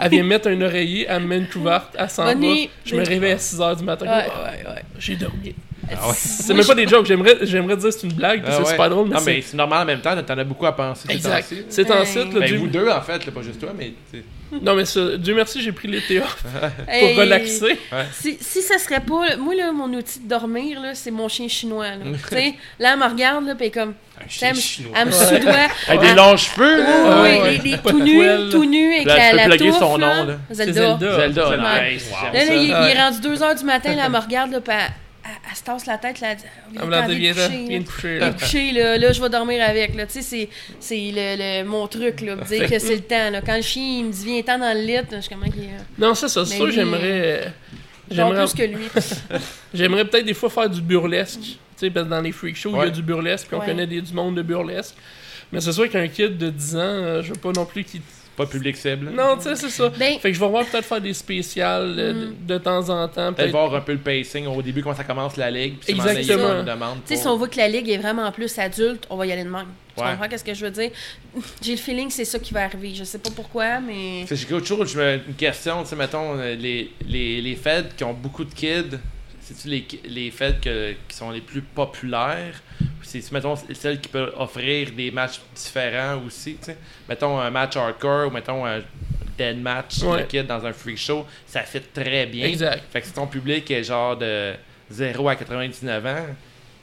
C: elle vient mettre un oreiller, elle me met une couverte, elle s'en
D: Bonne
C: va.
D: nuit.
C: Je me réveille à 6 heures du matin. Ah,
D: Ouais, ouais, ouais.
C: J'ai dormi.
B: Ah ouais.
C: C'est même pas des jokes, j'aimerais, j'aimerais dire que c'est une blague, puis
A: Ah
C: c'est
A: ouais.
C: super drôle, mais
A: Non,
C: c'est.
A: mais c'est normal en même temps, t'en as beaucoup à penser. ces
C: Exact.
A: temps-ci, là.
C: C'est ensuite, le
A: Ben,
C: Dieu...
A: vous deux, en fait, là, pas juste toi, mais. t'sais.
C: Non, mais ça, Dieu merci, j'ai pris l'été off pour
D: Hey,
C: relaxer.
D: Si, si ça serait pas. Moi, là, mon outil de dormir, là, c'est mon chien chinois. Là, Tu sais, là elle me regarde, là, puis elle est comme.
B: Un
D: tu sais,
B: chien
D: Elle me-
B: chinois.
D: elle me soudoie. Ah
A: Avec des longs cheveux,
D: Oui,
A: là!
C: ouais,
D: les-
C: ouais.
D: les-
C: Pas
D: tout
C: de
D: nu,
C: poêle.
D: tout nu, avec
A: Là,
D: la,
A: tu peux
D: la
A: plugger
D: touffe,
A: son
D: là.
A: nom, là.
C: C'est
D: Zelda.
C: Zelda.
A: Zelda,
D: Ouais.
A: nice!
B: Wow.
A: j'aime
D: Là, là, il,
A: ça.
D: il est rendu 2 h du matin, là, elle me regarde, là, puis elle, elle- elle se tasse la tête, là, elle dit, Ah, il est
C: Elle me l'a
D: temps
C: dit,
D: d'aller
C: viens
D: te
C: te-
D: coucher,
C: viens
D: là.
C: te coucher.
D: T'es
C: là.
D: couché, là, là je vais dormir avec. Là. Tu sais, c'est, c'est le, le- mon truc, là, de dire que c'est le temps. Là. Quand le chien il me dit viens-t'en dans le lit, là, je suis comme Ok, euh,
C: Non, ça, ça,
D: Mais
C: c'est sûr,
D: lui,
C: j'aimerais. euh,
D: je dors
C: J'aimerais,
D: plus que lui.
C: j'aimerais peut-être des fois faire du burlesque. Tu sais, parce que dans les freak shows, il y
A: Ouais.
C: a du burlesque, puis on
D: Ouais.
C: connaît des, du monde de burlesque. Mais c'est sûr qu'un kid de 10 ans, euh, je veux pas non plus qu'il.
A: Pas public cible. là.
C: Non, tu sais, c'est ça.
D: Ben,
C: Fait que je vais voir peut-être faire des spéciales euh, de,
D: Mm.
C: de temps en temps.
A: Peut-être
C: Peut-être.
A: voir un peu le pacing au début, comment ça commence la ligue. Puis
C: Exactement.
A: Exactement. demande
D: tu sais, si on
A: pour-
D: voit que la ligue est vraiment plus adulte, on va y aller de même. Tu
A: Ouais.
D: comprends qu'est-ce que je veux dire? J'ai le feeling que c'est ça qui va arriver. Je sais pas pourquoi, mais.
A: Parce que j'ai toujours je me- une question, tu sais, mettons, euh, les, les, les feds qui ont beaucoup de kids, c'est-tu les, ki- les feds que- qui sont les plus populaires? Ou C'est-tu, mettons, c- celles qui peuvent offrir des matchs différents aussi, tu sais? Mettons un match hardcore ou mettons un dead match de
C: Ouais.
A: kid dans un freak show, ça fit très bien.
C: Exact.
A: Fait que si ton public est genre de 0 à 99 ans,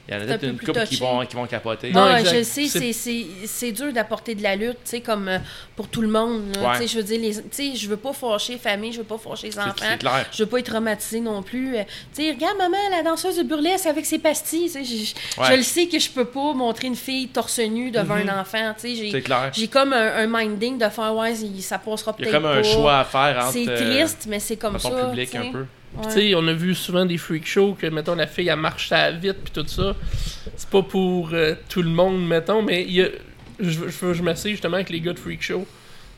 A: il y en a
D: C'est un
A: peut-être
D: peu
A: une
D: plus
A: couple qui
D: touché.
A: vont, qui vont capoter.
C: Non,
D: Ah,
C: exact.
D: je le sais,
C: C'est-
D: c'est- c'est c'est dur d'apporter de la lutte, tu sais, comme euh, pour tout le monde. là.
A: Ouais.
D: Tu sais, Je veux dire, les- tu sais, je veux pas fâcher famille, je veux pas fâcher les
A: C'est-
D: enfants.
A: c'est clair.
D: Je veux pas être traumatisée non plus. Euh, Tu sais, regarde maman, la danseuse de burlesque avec ses pastilles. tu sais, Je, je-
A: Ouais. Mm-hmm.
D: je le sais que je peux pas montrer une fille torse nue devant un enfant. tu sais,
A: C'est
D: J'ai
A: clair.
D: j'ai comme un, un minding de faire ouais, c'est- ça passera
A: Il y
D: peut-être
A: a comme un
D: pas.
A: choix à faire entre
D: C'est
A: euh,
D: triste, mais c'est comme
A: mettons,
D: ça.
A: public
D: tu sais.
A: un peu.
D: Ouais.
C: Tu sais, on a vu souvent des freak shows que, mettons, la fille, elle marche à vite, puis tout ça. C'est pas pour euh, tout le monde, mettons, mais il y a... je, je, je m'assieds justement avec les gars de freak show,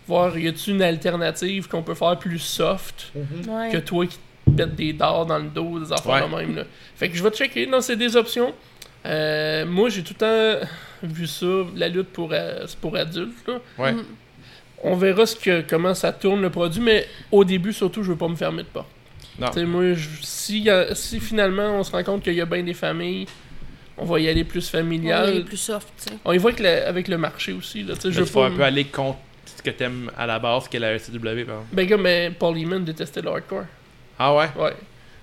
C: voir y a-tu une alternative qu'on peut faire plus soft
D: Ouais.
C: que toi qui te pètes des dards dans le dos, des affaires
A: Ouais.
C: de même. Là. Fait que je vais checker. Non, c'est des options. Euh, moi, j'ai tout le temps vu ça, la lutte pour, euh, c'est pour adultes. là.
A: Ouais.
D: Mm.
C: On verra ce que, comment ça tourne le produit, mais au début, surtout, je veux pas me fermer de porte.
A: Non.
C: Tu sais, moi, je- si, y a- si finalement on se rend compte qu'il y a bien des familles, on va y aller plus
D: On va y aller
C: familial.
D: plus soft, tu sais.
C: On y voit avec, la- avec le marché aussi. Là, tu sais,
A: Je
C: je
A: veux
C: veux pas.
A: un peu aller contre ce que t'aimes à la base, qui est la ECW, par exemple.
C: Ben, gars, mais Paul Heyman détestait le hardcore.
A: Ah ouais?
C: Ouais.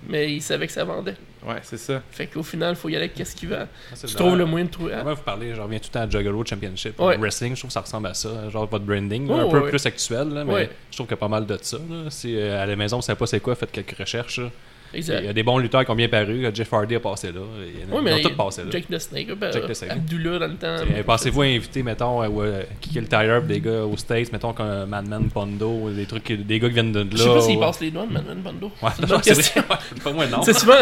C: Mais il savait que ça vendait.
A: Ouais, c'est ça.
C: Fait qu'au final, faut y aller avec qu'est-ce qui va.
B: Ah, c'est
C: Tu
B: dans-
C: trouves le moyen de trouver.
B: Moi, vous parlez, je reviens tout le temps à Juggalo Championship.
C: Ouais.
B: Le wrestling, je trouve que ça ressemble à ça. hein, Genre votre branding,
C: Oh,
B: un peu
C: ouais.
B: plus actuel, là, mais
C: Ouais.
B: je trouve qu'il y a pas mal de ça. là. Si euh, à la maison, vous savez pas c'est quoi, faites quelques recherches. là. Il y
C: Exact.
B: a des bons lutteurs qui ont bien paru. Jeff Hardy a passé là. Il y en a-
C: Ouais,
B: ils ont
C: mais
B: tous passé là.
C: Jack the Snake, ben,
B: Jack the Snake.
C: Abdullah dans le temps.
B: Et Pensez-vous à inviter, mettons, euh, ou, euh, qui est le tire-up des gars aux States, mettons comme Madman Pondo, ou des trucs, qui- des gars qui viennent de là.
C: Je sais pas s'il
B: ou-
C: passe les doigts de Manon Bando.
B: Ouais,
C: une
B: non,
C: bonne
B: c'est
C: question.
B: vrai. Ouais, Pas moi, non.
C: C'est souvent.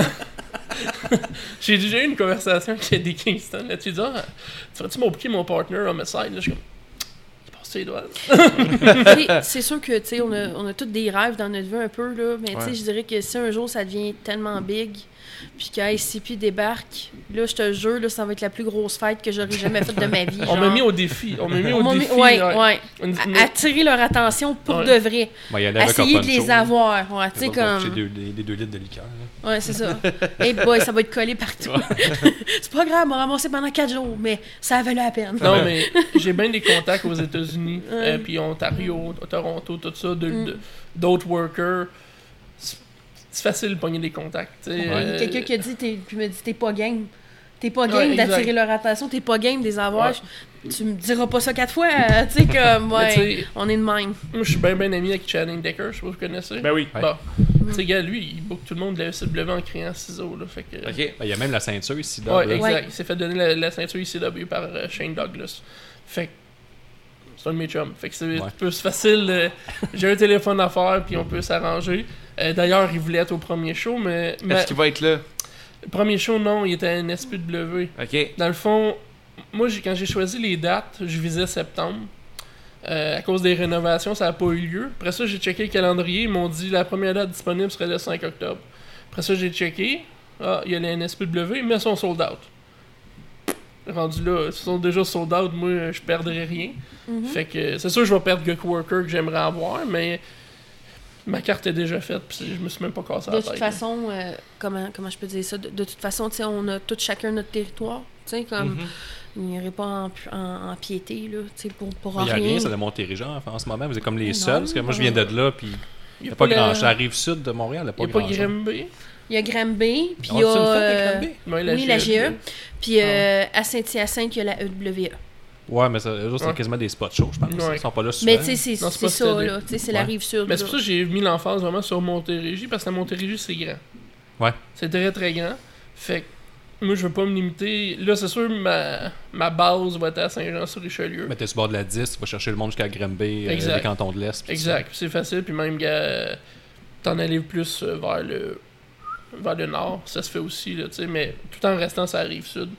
C: J'ai déjà eu une conversation avec des Kingston là-dessus. disant ah, tu ferais-tu mon petit, mon partner homicide? Là, je suis comme. Il passe ses doigts.
D: Tu sais, c'est sûr que tu sais, on a, on a tous des rêves dans notre vie un peu là, mais tu sais,
A: Ouais.
D: je dirais que si un jour ça devient tellement big, tu Puis quand SCP débarque, là, je te jure, là, ça va être la plus grosse fête que j'aurais jamais faite de ma vie.
C: On m'a
D: genre.
C: mis au défi. On m'a mis
D: On
C: au
D: m'a mis-
C: défi.
D: ouais,
C: ouais.
D: ouais.
C: Une- une-
D: À- Attirer leur attention pour
C: Ouais.
D: de vrai.
B: Bah, il y en avait avec
D: Essayer
B: un
D: de les
B: poncho.
D: avoir. Ouais, tu
B: C'est
D: sais,
B: pas pour
D: comme.
B: toucher des- des des deux litres de liqueur. là.
D: Ouais, c'est ça. hey boy, ça va être collé partout. c'est pas grave, on va ramasser pendant 4 jours, mais ça valait la peine.
C: Non, mais j'ai bien des contacts aux États-Unis, euh, puis Ontario, Toronto, tout ça, de-
D: Mm.
C: de- d'autres workers. C'est c'est facile de pogner des contacts. tu sais,
D: Il y a
C: euh,
D: Quelqu'un qui a dit, t'es- puis me dit, t'es pas game. T'es pas
C: Ouais,
D: game
C: exact.
D: d'attirer leur attention, t'es pas game des avoir.
C: Ouais.
D: Je- Tu me diras pas ça quatre fois, euh, tu sais, comme,
C: Mais
D: ouais,
C: tu sais,
D: on est de même.
C: moi, je suis bien, bien ami avec Channing Decker, je sais pas si vous connaissez.
A: Ben oui.
B: Ouais.
C: Bon.
D: Mm.
C: Tu sais, gars, lui, il book tout le monde de la ECW en créant ciseaux, là. Fait que.
A: OK.
B: Bah, Il y a même la ceinture ici.
C: Ouais,
B: double.
C: exact.
D: Ouais.
C: Il s'est fait donner la, la ceinture ICW par euh, Shane Douglas. Fait que c'est un de mes chums. Fait que c'est
B: Ouais.
C: un peu facile. euh, J'ai un téléphone à faire,
A: Mm.
C: puis on peut s'arranger. Euh, D'ailleurs, il voulait être au premier show, mais. ma-
A: Est-ce qu'il va être là?
C: Premier show, non, il était à NSPW.
A: OK.
C: Dans le fond, moi, j'ai- quand j'ai choisi les dates, je visais septembre. Euh, à cause des rénovations, ça n'a pas eu lieu. Après ça, j'ai checké le calendrier. Ils m'ont dit la première date disponible serait le 5 octobre. Après ça, j'ai checké. Ah, il y a les NSPW, mais ils sont sold out. Rendu là, ils sont déjà sold out. Moi, je perdrais rien.
D: Mm-hmm. Mhm.
C: Fait que c'est sûr, je vais perdre Guck Worker que j'aimerais avoir, mais ma carte est déjà faite. Puis je me suis même pas cassé la
D: De
C: tête.
D: toute façon, euh, comment, comment je peux dire ça? De, de toute façon, tu sais, on a tout chacun notre territoire. Tu sais, comme,
A: Mhm.
D: il
C: Mm-hmm.
D: n'irait pas en, pu- en, en piété, là, tu sais, pour, pour
B: Il n'y a
D: rien.
B: rien, c'est de Montérégie en, en ce moment. Vous êtes comme les
D: Non,
B: seuls, parce que moi, je viens de là, puis il n'y a
C: pas
B: pas
C: le-
B: grand-chose. J'arrive sud de Montréal, il n'y a
C: Il
B: pas Ah,
C: n'y a pas
B: grand-chose.
C: Grimby.
D: Il y a Granby, puis
C: Ah,
B: On
D: il y a...
B: a-tu une fête à
D: euh,
B: Granby?
C: mais
D: oui, la E. GE. Puis
C: Ah.
D: euh, à Saint-Hyacinthe, il y a la EWE.
B: Ouais, mais ça, eux autres, c'est
C: Ouais.
B: quasiment des spot shows, je pense.
C: Ouais.
B: Ils sont pas là souvent.
D: Mais tu sais, c'est
C: Non, c'est pas
D: c'est ça,
C: stylé.
D: là. Tu sais, c'est la
B: Ouais.
D: rive sud.
C: Mais c'est
D: là.
C: pour ça que j'ai mis l'emphase vraiment sur Montérégie, parce que la Montérégie, c'est grand.
B: Ouais.
C: C'est très, très grand. Fait que moi, je veux pas me limiter. Là, c'est sûr, ma, ma base va être à Saint-Jean-sur-Richelieu.
B: Mais t'es sur le bord de la 10, tu vas chercher le monde jusqu'à Grimby, euh,
C: Exact.
B: les cantons de l'Est. puis tout ça.
C: Exact. Puis c'est facile, puis même, gars, t'en aller plus euh, vers le vers le nord, ça se fait aussi, là, tu sais, mais tout en restant ça arrive sud.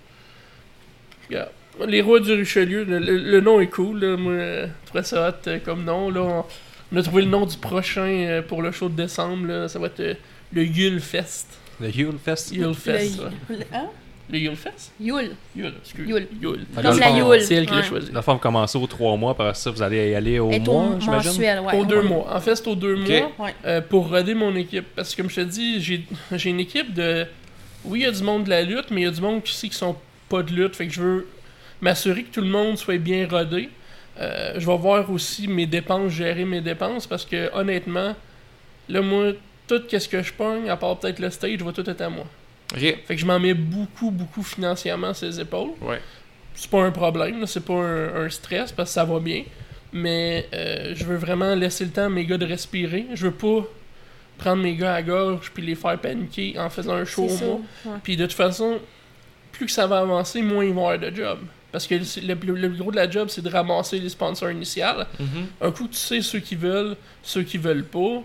C: Gars, Les rois du Richelieu, le, le- le nom est cool, là, moi, euh, je trouvais ça hot euh, comme nom, là, on, on a trouvé le nom du prochain euh, pour le show de décembre, là, ça va être euh, le Yule Fest.
B: Le Yule Fest.
C: Yule
D: Le-
C: Fest, ouais.
D: le- hein?
C: Le Yule Fest?
D: Yule.
C: Yule, excuse.
D: Yule.
C: Yule.
B: Fait que
D: Comme
B: dans
D: la
B: le fond,
D: Yule.
C: C'est elle qui l'a
D: Ouais.
C: choisi.
B: Dans le fond, vous commencez aux trois mois, par ça, vous allez y aller au
D: Est
B: mois,
D: au
B: j'imagine.
D: mensuel, ouais.
C: Aux deux
D: Ouais.
C: mois. En fait, c'est aux deux
A: Ok.
C: mois.
D: Ouais.
C: Euh, pour roder mon équipe. Parce que comme je te dis, j'ai j'ai une équipe de. Oui, il y a du monde de la lutte, mais il y a du monde ici qui sont pas de lutte. Fait que je veux m'assurer que tout le monde soit bien rodé. Euh, je vais voir aussi mes dépenses, gérer mes dépenses, parce que honnêtement, là, moi, tout ce que je pogne, à part peut-être le stage, va tout être à moi.
A: OK.
C: Fait que je m'en mets beaucoup, beaucoup financièrement sur les épaules
A: Ouais.
C: c'est pas un problème, là, c'est pas un, un stress parce que ça va bien. Mais euh, je veux vraiment laisser le temps à mes gars de respirer. Je veux pas prendre mes gars à gorge puis les faire paniquer en faisant un show
D: C'est
C: au
D: ça.
C: mois.
D: ouais.
C: Puis de toute façon, plus que ça va avancer, moins ils vont avoir de job. Parce que le, le- le plus gros de la job, c'est de ramasser les sponsors initiales.
A: Mhm.
C: Un coup, tu sais ceux qui veulent, ceux qui veulent pas,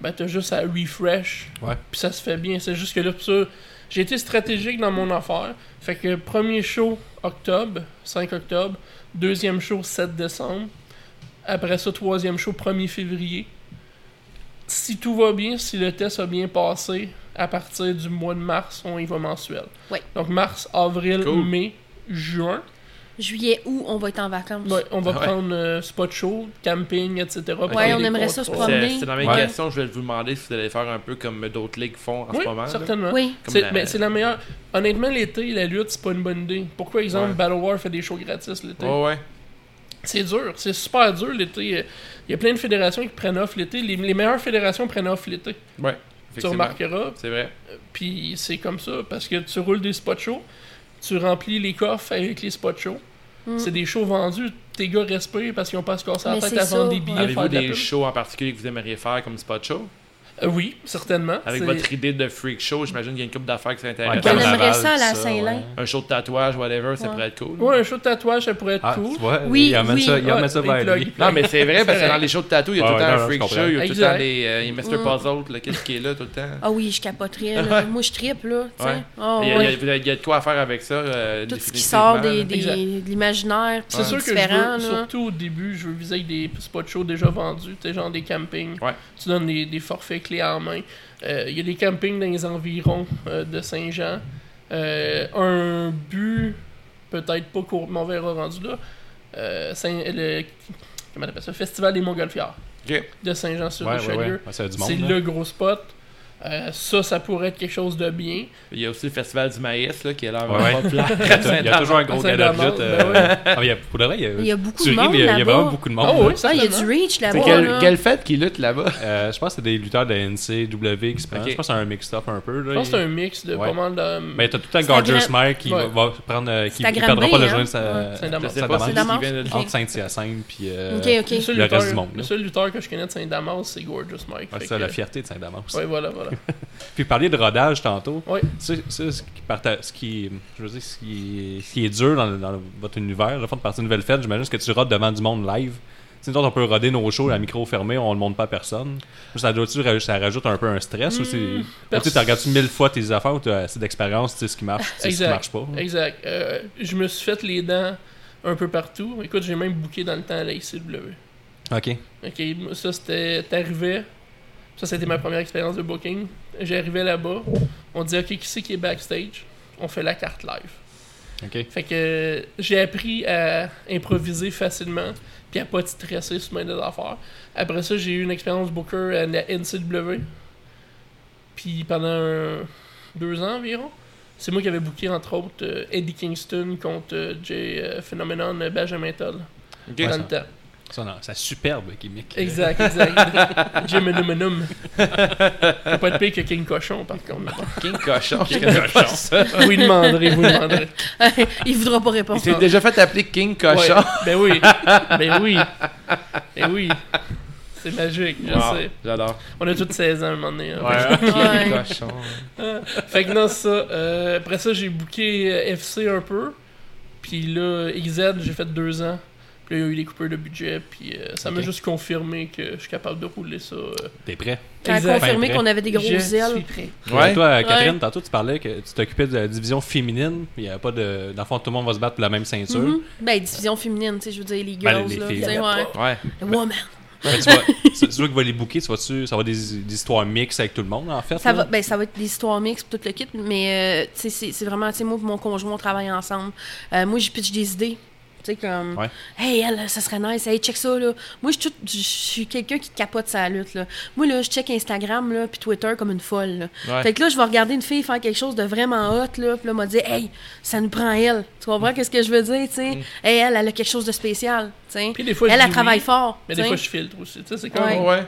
C: ben t'as juste à refresh.
B: Ouais.
C: Puis ça se fait bien. C'est juste que là, pour ça, j'ai été stratégique dans mon affaire. Fait que premier show, octobre, 5 octobre. Deuxième show, 7 décembre. Après ça, troisième show, 1er février. Si tout va bien, si le test a bien passé, à partir du mois de mars, on y va mensuel.
D: Ouais.
C: Donc mars, avril,
A: Cool.
C: mai, juin.
D: Juillet, août, on va être en vacances.
C: Ouais, on va
A: Ah ouais.
C: prendre euh, spot show, camping, etc. pour
D: Ouais,
C: faire
D: on
C: des
D: aimerait
C: contrats.
D: ça se
A: C'est
D: Promener.
A: c'est dans mes
B: Ouais.
A: questions, je vais vous demander si vous allez faire un peu comme d'autres ligues font en
C: Oui,
A: ce moment. là.
C: certainement.
D: Oui.
A: Comme
C: C'est
A: la-
C: mais c'est la meilleure. Honnêtement, l'été, la lutte, c'est pas une bonne idée. Pourquoi, exemple,
A: Ouais. Oh.
C: Battle War fait des shows gratis l'été
A: Ouais, ouais.
C: C'est dur, c'est super dur l'été. Euh, Il y a plein de fédérations qui prennent off l'été. Les, les meilleures fédérations prennent off l'été.
A: Ouais.
C: Tu
A: effectivement.
C: remarqueras.
A: C'est vrai.
C: Puis c'est comme ça, parce que tu roules des spot shows, tu remplis les coffres avec les spot shows. C'est des shows vendus, tes gars respirent parce qu'ils ont pas à se casser la
D: Mm. Mais
C: tête
D: c'est
C: à vendre
D: ça.
C: des billets,
A: Avez-vous
C: faire de la
A: des
C: pub.
A: shows en particulier que vous aimeriez faire comme spot show?
C: Euh, oui, certainement.
A: Avec
C: C'est-
A: votre idée de freak show, j'imagine qu'il y a une couple d'affaires qui
B: Ouais,
A: s'intéresse.
D: On aimerait
B: carnaval,
D: ça à la
B: tout
D: Saint-Lin.
B: ouais.
A: Un show de tatouage, whatever, ça
D: Ouais.
A: pourrait être cool.
C: Ouais, un show de tatouage, ça pourrait être
B: Ah,
C: cool.
B: tu vois,
D: Oui,
B: il amène
D: oui.
B: ça, il amène ça
C: Ouais,
B: vers
C: il plug,
B: lui.
C: il plug.
A: Non, mais c'est vrai, parce que
C: vrai.
A: dans les shows de tatou, il y a tout le
B: Ouais,
A: temps
B: ouais, non,
A: un
B: non, je
A: freak
B: comprends.
A: show, il y a tout le
C: Exact.
A: temps les, euh, les Mr. Puzzle, le kid qui est là tout le temps.
D: Ah oui, je capoterais. là. Moi, je trippe, là. tu sais.
A: Ouais.
D: Ah,
A: Il y, a,
D: ouais.
A: il y a- il y a de quoi à faire avec ça. euh,
D: Tout ce qui
A: définitivement,
D: sort des,
A: là.
D: des-
C: Exact.
D: de l'imaginaire, puis
C: C'est sûr que je
D: différent,
C: veux,
D: là.
C: surtout au début, je veux viser avec des spots shows déjà vendus, tu sais, genre des campings.
A: Ouais.
C: Tu donnes des, des forfaits clé en main. Euh, Il y a des campings dans les environs euh, de Saint-Jean. Euh, un but, peut-être pas court, mais on verra rendu là. Euh, Saint- le, comment on appelle ça? Festival des Montgolfières
A: Ok.
C: de Saint-Jean-sur-Richelieu.
B: ouais, ouais, ouais. Ça a du monde.
C: C'est
B: là.
C: le gros spot. Euh, ça, ça pourrait être quelque chose de bien.
A: Il y a aussi le Festival du Maïs là, qui est l'air
B: Ouais, ouais.
A: vraiment plat.
B: Il y a toujours un gros
C: C'est
B: gala de
C: dommage,
B: lutte.
C: ben
B: euh, ah, il y a- Pour de vrai, il y a,
D: Il y a beaucoup
B: tu
D: de
B: ris,
D: monde
B: mais il y a- il y a
D: là-bas.
B: vraiment beaucoup de monde.
C: Ah oui,
B: là.
D: Ça, il y a
C: Vraiment.
D: du reach
A: C'est
D: là-bas.
A: quelle,
D: là.
A: quelle fête qui lutte là-bas?
B: Euh, je pense que c'est des lutteurs de NCW qui se prennent.
A: Ok.
B: Je pense que c'est un mix-up un peu. Là.
C: Je pense que c'est un mix de
B: Ouais.
C: pas mal de.
B: Mais t'as tout le temps
D: C'est à
B: Gorgeous
D: Gra-
B: Mike qui
C: Ouais.
B: va va prendre. euh, qui
D: C'est à
B: ne perdra pas
D: Granby,
B: le
D: hein.
B: joint de sa-
C: Ouais. C'est à
A: Je
C: Damas.
A: sais
B: sa
A: pas
B: demande.
A: si
D: Damas.
A: qui vient de le-
B: Entre Saint-Hyacinthe puis. euh,
D: Ok, ok.
C: Le seul,
B: Le
C: lutteur,
B: reste du monde, là.
C: le seul lutteur que je connais de Saint-Damas, c'est Gorgeous Mike.
B: ouais,
C: Fait
B: c'est ça,
C: que-
B: la fierté de Saint-Damas. aussi.
C: Ouais, voilà, voilà.
B: Puis parler de rodage tantôt.
C: Ouais.
B: C'est c'est ce qui, parta- ce qui, je veux dire, ce qui, ce qui est dur dans, le- dans le- votre univers, le fond de partir une nouvelle fête, j'imagine c'est que tu rodes devant du monde live. Tu sais, nous autres, on peut roder nos shows, la micro fermée, on ne le montre pas à personne. Ça doit-tu raj- ça rajoute un peu un stress ou c'est. ou tu sais,
C: pers-
B: t'as regardé mille fois tes affaires ou tu as assez d'expérience, tu sais ce qui marche, tu sais ce qui
C: Exact.
B: marche pas.
C: Exact. Euh, je me suis fait les dents un peu partout. Écoute, j'ai même booké dans le temps à la ICW.
B: Ok.
C: Ok, moi, ça c'était. T'arrivais. Ça, c'était ma première expérience de booking. J'arrivais là-bas. On dit, OK, qui c'est qui est backstage On fait la carte live.
B: Ok.
C: Fait que j'ai appris à improviser facilement, puis à pas te stresser sur mes affaires. Après ça, j'ai eu une expérience booker à la NCW. Puis pendant un- deux ans environ, c'est moi qui avais booké entre autres euh, Eddie Kingston contre euh, Jay euh, Phenomenon euh, Benjamin Toll
A: Ok.
C: dans
B: ça.
C: le temps.
B: Ça, non, c'est superbe, gimmick.
C: Exact, exact. Jay Menomenum. Faut pas être pire que King Cochon par contre.
A: King Cochon, je connais pas ça.
C: Vous lui demanderez, vous lui demanderez.
D: Il voudra pas
A: Il
D: répondre.
A: s'est déjà fait appeler King Cochon.
C: Ouais, Ben oui. Ben oui. Ben oui. C'est magique, je
A: Wow,
C: sais.
A: Ah, J'adore.
C: On a tous 16 ans à un moment donné. hein.
A: King
D: Ouais.
A: Cochon.
C: Fait que non, c'est ça. Euh, après ça, j'ai booké euh, FC un peu. Puis là, XZ, j'ai fait deux ans. Puis là, il y a eu des coupures de budget. Puis euh, ça m'a
B: Ok.
C: juste confirmé que je suis capable de rouler ça. euh.
B: T'es prêt?
D: T'as
C: Exact.
D: confirmé
B: Fin prêt.
D: qu'on avait des gros
C: Je suis
D: ailes.
C: prêt.
A: Ouais.
B: Toi, Catherine,
D: Ouais.
B: tantôt, tu parlais que tu t'occupais de la division féminine. Il n'y avait pas de. Dans le fond, tout le monde va se battre pour la même ceinture.
D: Mhm. Ben, division féminine, tu sais, je veux dire, les
B: Ben,
D: girls,
B: les
D: là.
B: filles.
D: tu sais,
C: Y en a
D: ouais.
A: Ouais.
D: Les women.
B: Ben, tu vas, c'est c'est toi qui vas les booker, tu vas-tu, ça va des, des histoires mixtes avec tout le monde, en fait.
D: Ça
B: là?
D: va, ben, ça va être des histoires mixtes, tout le kit, mais euh, tu sais, c'est c'est vraiment, tu sais, moi et mon conjoint, on travaille ensemble. Euh, moi, j'y pitch des idées. Tu sais, comme,
B: Ouais.
D: hey, elle, ça serait nice, hey, check ça, là. Moi, je suis toute- je suis quelqu'un qui capote sa lutte, là. Moi, là, je check Instagram, là, puis Twitter comme une folle, là.
A: Ouais.
D: Fait que là, je vais regarder une fille faire quelque chose de vraiment hot, là, puis là, m'a dit, hey, ça nous prend elle. Tu
C: Mm.
D: comprends qu'est-ce que je veux dire, tu sais? Hey, elle, elle a quelque chose de spécial, tu sais.
C: Puis des fois, je
D: Elle, elle
C: dis
D: travaille
C: oui,
D: fort.
C: Mais
D: tu
C: des
D: sais.
C: fois, je filtre aussi. Tu sais, c'est comme,
D: Ouais.
A: Ouais.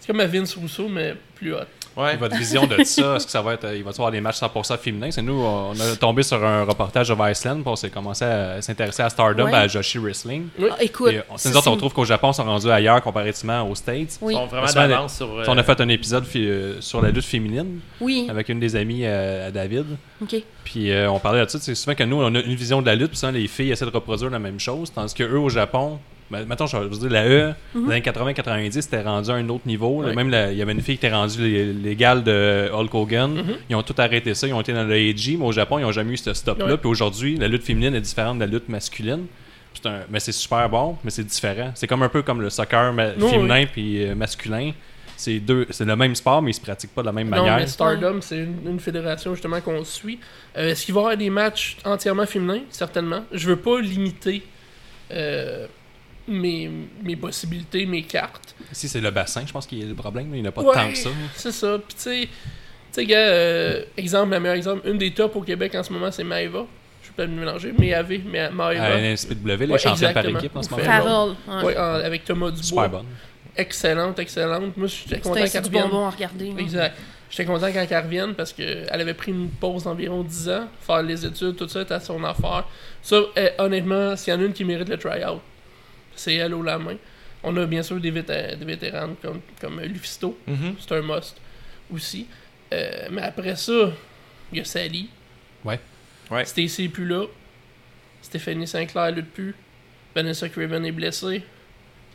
C: c'est comme à Vince Rousseau, mais plus hot.
A: Ouais.
B: Et Votre vision de ça, est-ce que ça va être. euh, Il va y avoir des matchs 100% féminins C'est nous, on a tombé sur un reportage de Iceland, puis on s'est commencé à s'intéresser à Stardom,
D: Ouais.
B: à Joshi Wrestling.
C: Oui.
D: Ah, écoute.
B: Et on, c'est
D: ça,
B: nous autres,
D: c'est-
B: on trouve qu'au Japon, ils sont rendus ailleurs comparativement aux States.
A: Ils
D: Oui,
A: sont vraiment
B: Souvent,
A: d'avance sur. euh,
B: On a fait un épisode fi- euh, sur la lutte féminine
D: oui,
B: avec une des amies euh, à David.
D: ok.
B: Puis euh, on parlait de ça, c'est souvent que nous, on a une vision de la lutte, puis souvent les filles essaient de reproduire la même chose, tandis que eux au Japon, ben, mettons, je vais vous dire, la E, dans les 80-90, c'était rendu à un autre niveau. là.
C: Mhm. Ouais.
B: Même la- il y avait une fille qui était rendue lé- légale de Hulk Hogan.
C: Mhm.
B: Ils ont tout arrêté ça, ils ont été dans le AG, mais au Japon, ils n'ont jamais eu ce stop-là.
C: Ouais.
B: Puis aujourd'hui, la lutte féminine est différente de la lutte masculine. Puis c'est un- mais c'est super bon, mais c'est différent. C'est comme un peu comme le soccer ma-
C: Oui,
B: féminin puis euh, masculin. C'est deux, c'est le même sport, mais ils se pratiquent pas de la même
C: Non,
B: manière.
C: mais Stardom, c'est une, une fédération justement qu'on suit. Euh, Est-ce qu'il va y avoir des matchs entièrement féminins Certainement. Je veux pas limiter euh, mes, mes possibilités, mes cartes.
B: Ici, c'est le bassin, je pense qu'il y a le problème. là. Il n'y en a pas
C: Ouais.
B: tant que ça.
C: C'est ça. Puis tu sais, tu sais, gars, euh, exemple, la meilleure exemple, une des tops au Québec en ce moment, c'est Maeva. Je vais pas me mélanger, mais AV, mais Maeva.
B: À NSPW, les
C: Ouais,
B: championnes par
C: exactement.
B: équipe en ce
C: Ou
B: moment.
C: Farah.
D: Farrell. ouais.
C: Ouais, en- avec Thomas Dubois.
B: Super bonne.
C: Excellente, excellente. Moi, je suis content
D: C'était
C: qu'elle
D: c'est du
C: revienne.
D: bonbon à regarder. hein. ouais.
C: Exact. J'étais content quand elle revienne parce qu'elle avait pris une pause d'environ 10 ans, faire les études, tout ça, était à son affaire. Ça, eh, honnêtement, s'il y en a une qui mérite le try-out, c'est elle au la main. On a bien sûr des, vété- des vétérans comme, comme Lufisto,
A: Mhm.
C: c'est un must aussi. Euh, mais après ça, il y a Sally.
B: Ouais.
A: Ouais.
C: Stacy est plus là. Stéphanie Sinclair lutte plus. Vanessa Craven est blessée.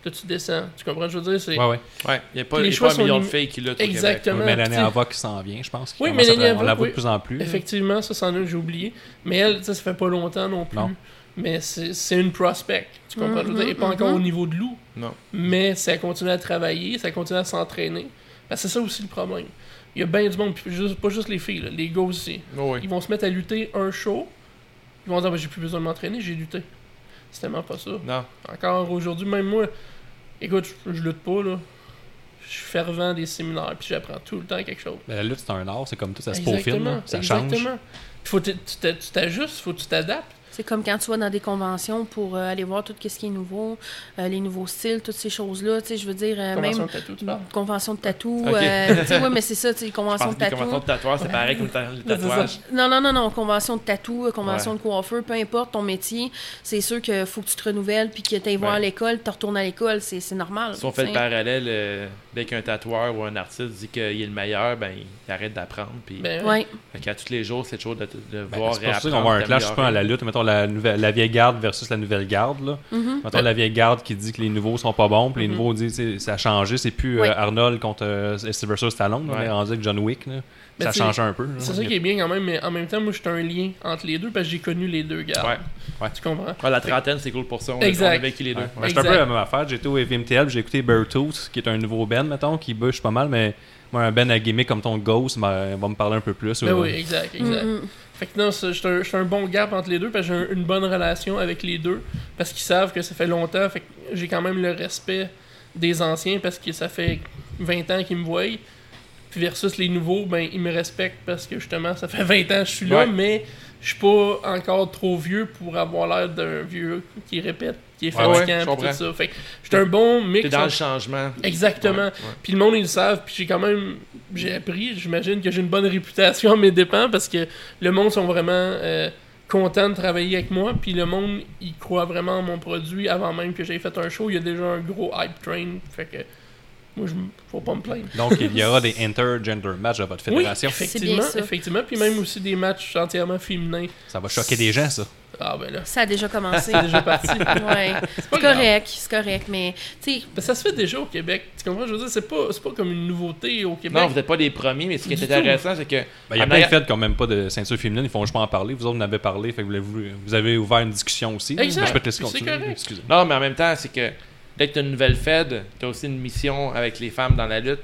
C: Là, tu descends. Tu comprends ce que je veux dire? C'est
B: Ouais, ouais.
A: Ouais. Il n'y a pas,
C: Les
A: il y a
C: choix
A: pas un
C: sont
A: million de
C: lim-
A: filles qui luttent. au Québec.
C: exactement.
B: Mélanie
C: tu sais.
B: Avoc qui s'en vient, je pense. qui
C: Oui,
B: commence à
C: Mélanie
B: tra- On la
C: Havoc,
B: voit de
C: oui.
B: plus en plus.
C: Effectivement, ça, c'en est un que j'ai oublié. Mais elle, tu sais, ça fait pas longtemps non plus.
B: Non.
C: Mais c'est c'est une prospect. Tu comprends?
D: Mhm,
C: Elle n'est pas encore
D: mhm.
C: au niveau de loup.
A: Non.
C: Mais ça continue à travailler, ça continue à s'entraîner. Parce que c'est ça aussi le problème. Il y a bien du monde, puis juste- pas juste les filles, là, les gars aussi.
A: Oh oui.
C: Ils vont se mettre à lutter un show. Ils vont dire Ben, j'ai plus besoin de m'entraîner, j'ai lutté. C'est tellement pas ça.
A: Non.
C: Encore aujourd'hui, même moi, écoute, je, je lutte pas là. Je suis fervent des séminaires, puis j'apprends tout le temps quelque chose.
B: Mais la lutte, c'est un art, c'est comme tout, ça se peaufine,
C: Exactement.
B: là, ça change. Ben,
C: exactement. Faut t- tu t'a- tu t'ajustes, faut que tu t'adaptes.
D: C'est comme quand tu vas dans des conventions pour euh, aller voir tout ce qui est nouveau, euh, les nouveaux styles, toutes ces choses-là. Tu sais, je veux dire, euh,
C: Convention
D: même
C: de tatou, tu parles.
D: convention de tatou.
A: Ok.
D: euh, tu sais, ouais, mais c'est ça, tu sais,
A: Je
D: convention
A: pense
D: de
A: que les
D: tatou.
A: conventions de tatouage, c'est pareil comme ta- le tatouage.
D: Non, non, non, non. Convention de tatou, euh, convention de coiffeur, peu importe ton métier, c'est sûr qu'il faut que tu te renouvelles puis que tu ailles voir
A: Ouais.
D: à l'école, tu retournes à l'école, c'est c'est normal.
A: Si on fait
D: tu
A: le
D: sais.
A: parallèle, euh, dès qu'un tatoueur ou un artiste dit qu'il est le meilleur, ben il arrête d'apprendre. Puis
C: Ben,
D: Ouais.
A: Fait qu'à tous les jours, c'est toujours de, de
B: Ben,
A: voir
B: c'est pour ça
A: réapprendre,
B: qu'on voit un clash, je
A: d'améliorer.
B: sais pas, à la lutte. Mettons la, nouvelle- la vieille garde versus la nouvelle garde. Là.
D: Mhm.
B: Mettons la vieille garde qui dit que les nouveaux sont pas bons, puis les
C: Mhm.
B: nouveaux disent tu sais, ça a changé, c'est plus euh,
D: Ouais.
B: Arnold contre euh, Sylvester Stallone, là, on
A: Ouais.
B: est rendu avec John Wick. là.
C: Mais
B: Ça a
C: tu-
B: changé un peu. là.
C: C'est ça qui est bien quand même, mais en même temps, moi, je suis un lien entre les deux parce que j'ai connu les deux gars.
A: Ouais.
B: Ouais.
C: Tu comprends?
A: Ah, la trentaine, c'est cool pour ça. On,
C: Exact.
A: on a vécu les deux.
B: Ouais.
A: Ouais.
B: Ben, J'étais un peu
C: Exact.
B: la même affaire. J'étais au VMTL, j'ai écouté Beartooth, qui est un nouveau band, mettons, qui bûche pas mal, mais moi, un band à gimmick comme ton Ghost ben, va me parler un peu plus.
C: Ben
B: ou-
C: oui, exact, exact.
D: Mm, mm.
C: Fait que non, ça, je suis un- je suis un, bon gap entre les deux parce que j'ai un- une bonne relation avec les deux parce qu'ils savent que ça fait longtemps. Fait que j'ai quand même le respect des anciens parce que ça fait 20 ans qu'ils me voient. Puis versus les nouveaux, ben ils me respectent parce que justement, ça fait 20 ans que je suis là,
A: Ouais.
C: mais je suis pas encore trop vieux pour avoir l'air d'un vieux qui répète, qui est
A: Ouais, ouais,
C: fatigant,
A: je
C: pis
A: comprends.
C: tout ça. Fait que j'étais un bon mix.
A: T'es dans le
C: entre-
A: changement.
C: Exactement. Puis le monde, ils le savent. Puis j'ai quand même. J'ai appris, j'imagine que j'ai une bonne réputation à mes dépens parce que le monde sont vraiment euh, contents de travailler avec moi. Puis le monde, il croit vraiment en mon produit avant même que j'aie fait un show. Il y a déjà un gros hype train. Fait que. Moi, je m- faut pas me plaindre.
B: Donc, il y aura des intergender matchs à votre
C: Oui,
B: fédération.
D: C'est bien
C: effectivement,
D: ça.
C: effectivement. Puis même aussi des matchs entièrement féminins.
B: Ça va choquer des gens, ça.
C: Ah ben là,
D: Ça a déjà commencé.
C: c'est déjà parti.
D: ouais.
C: C'est pas
D: C'est
C: grave.
D: correct, c'est correct, mais tu sais,
C: Ben, ça se fait déjà au Québec. Tu comprends? Je veux dire, c'est pas, c'est pas comme une nouveauté au Québec.
A: Non, vous n'êtes pas les premiers, mais ce qui est
C: Du
A: intéressant, c'est que.
B: Ben, il y a plein
A: en
B: de
A: arrière-
B: fêtes qui n'ont même pas de ceinture féminine, ils font juste pas en parler. Vous autres, vous en avez parlé, fait que vous, avez, vous avez ouvert une discussion aussi. là.
C: Exact.
B: Ben, je peux te laisser
C: Puis c'est
B: continuer.
C: correct.
B: Excusez.
A: Non, mais en même temps, c'est que dès que tu une nouvelle Fed, tu as aussi une mission avec les femmes dans la lutte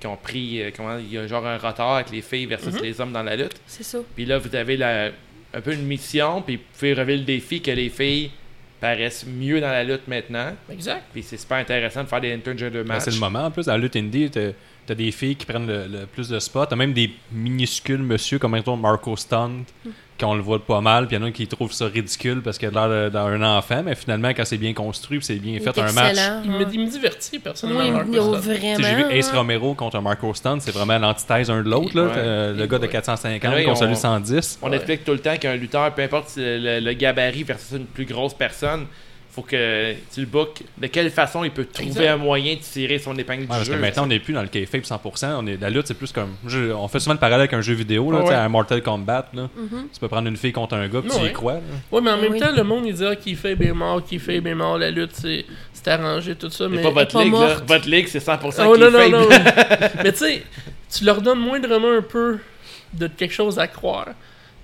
A: qui ont pris. euh, comment Il y a genre un retard avec les filles versus
C: Mhm.
A: les hommes dans la lutte.
D: c'est ça.
A: Puis là, vous avez la- un peu une mission, puis vous pouvez relever le défi que les filles paraissent mieux dans la lutte maintenant.
C: Exact.
A: Puis c'est super intéressant de faire des intergender
B: Ben,
A: matchs.
B: c'est le moment. En plus, dans la lutte indie, t'as t'as des filles qui prennent le, le plus de spots. T'as même des minuscules monsieur, comme exemple Marco Stunt,
D: Mm.
B: qu'on le voit pas mal. Puis il y en a qui trouvent ça ridicule parce qu'il a l'air d'un enfant. Mais finalement, quand c'est bien construit, puis c'est bien
D: Il
B: fait,
D: est
B: un match.
D: excellent,
C: Il me,
D: ouais.
C: il me divertit, personnellement.
D: Ah. Oui,
C: Marcus
D: il- oh,
C: Stott.
B: Tu sais, J'ai
D: vraiment.
B: vu Ace Romero contre Marco Stunt, c'est vraiment l'antithèse un de l'autre. là.
A: Ouais.
B: Euh, le
C: Et
B: gars de
C: ouais.
B: 450
A: Ouais,
B: qu'on
A: on-
B: salue 110.
A: On
C: Ouais.
A: explique tout le temps qu'un lutteur, peu importe si le, le- le gabarit versus une plus grosse personne, faut que tu le book. De quelle façon il peut trouver
C: Exact.
A: un moyen de tirer son épingle
B: Ouais,
A: du
B: parce que
A: jeu.
B: maintenant, on n'est plus dans le kayfabe 100%. On est, la lutte, c'est plus comme. je- on fait souvent le parallèle avec un jeu vidéo, là,
A: Ah
B: tu sais,
A: ouais.
B: un Mortal Kombat. Là.
D: Mhm.
B: Tu peux prendre une fille contre un gars, puis tu y
C: Ouais.
B: crois. là.
C: Ouais, mais en même
D: Oui.
C: temps, le monde, il dit ah, qu'il fait bien mort, qu'il fait bien mort, la lutte, c'est c'est arrangé, tout ça.
A: c'est
C: Mais.
A: pas votre
D: pas
A: ligue, là.
D: morte.
A: Votre ligue, c'est 100% qui
C: oh, non,
A: est
C: non,
A: faible.
C: non. mais tu sais, tu leur donnes moindrement un peu de quelque chose à croire.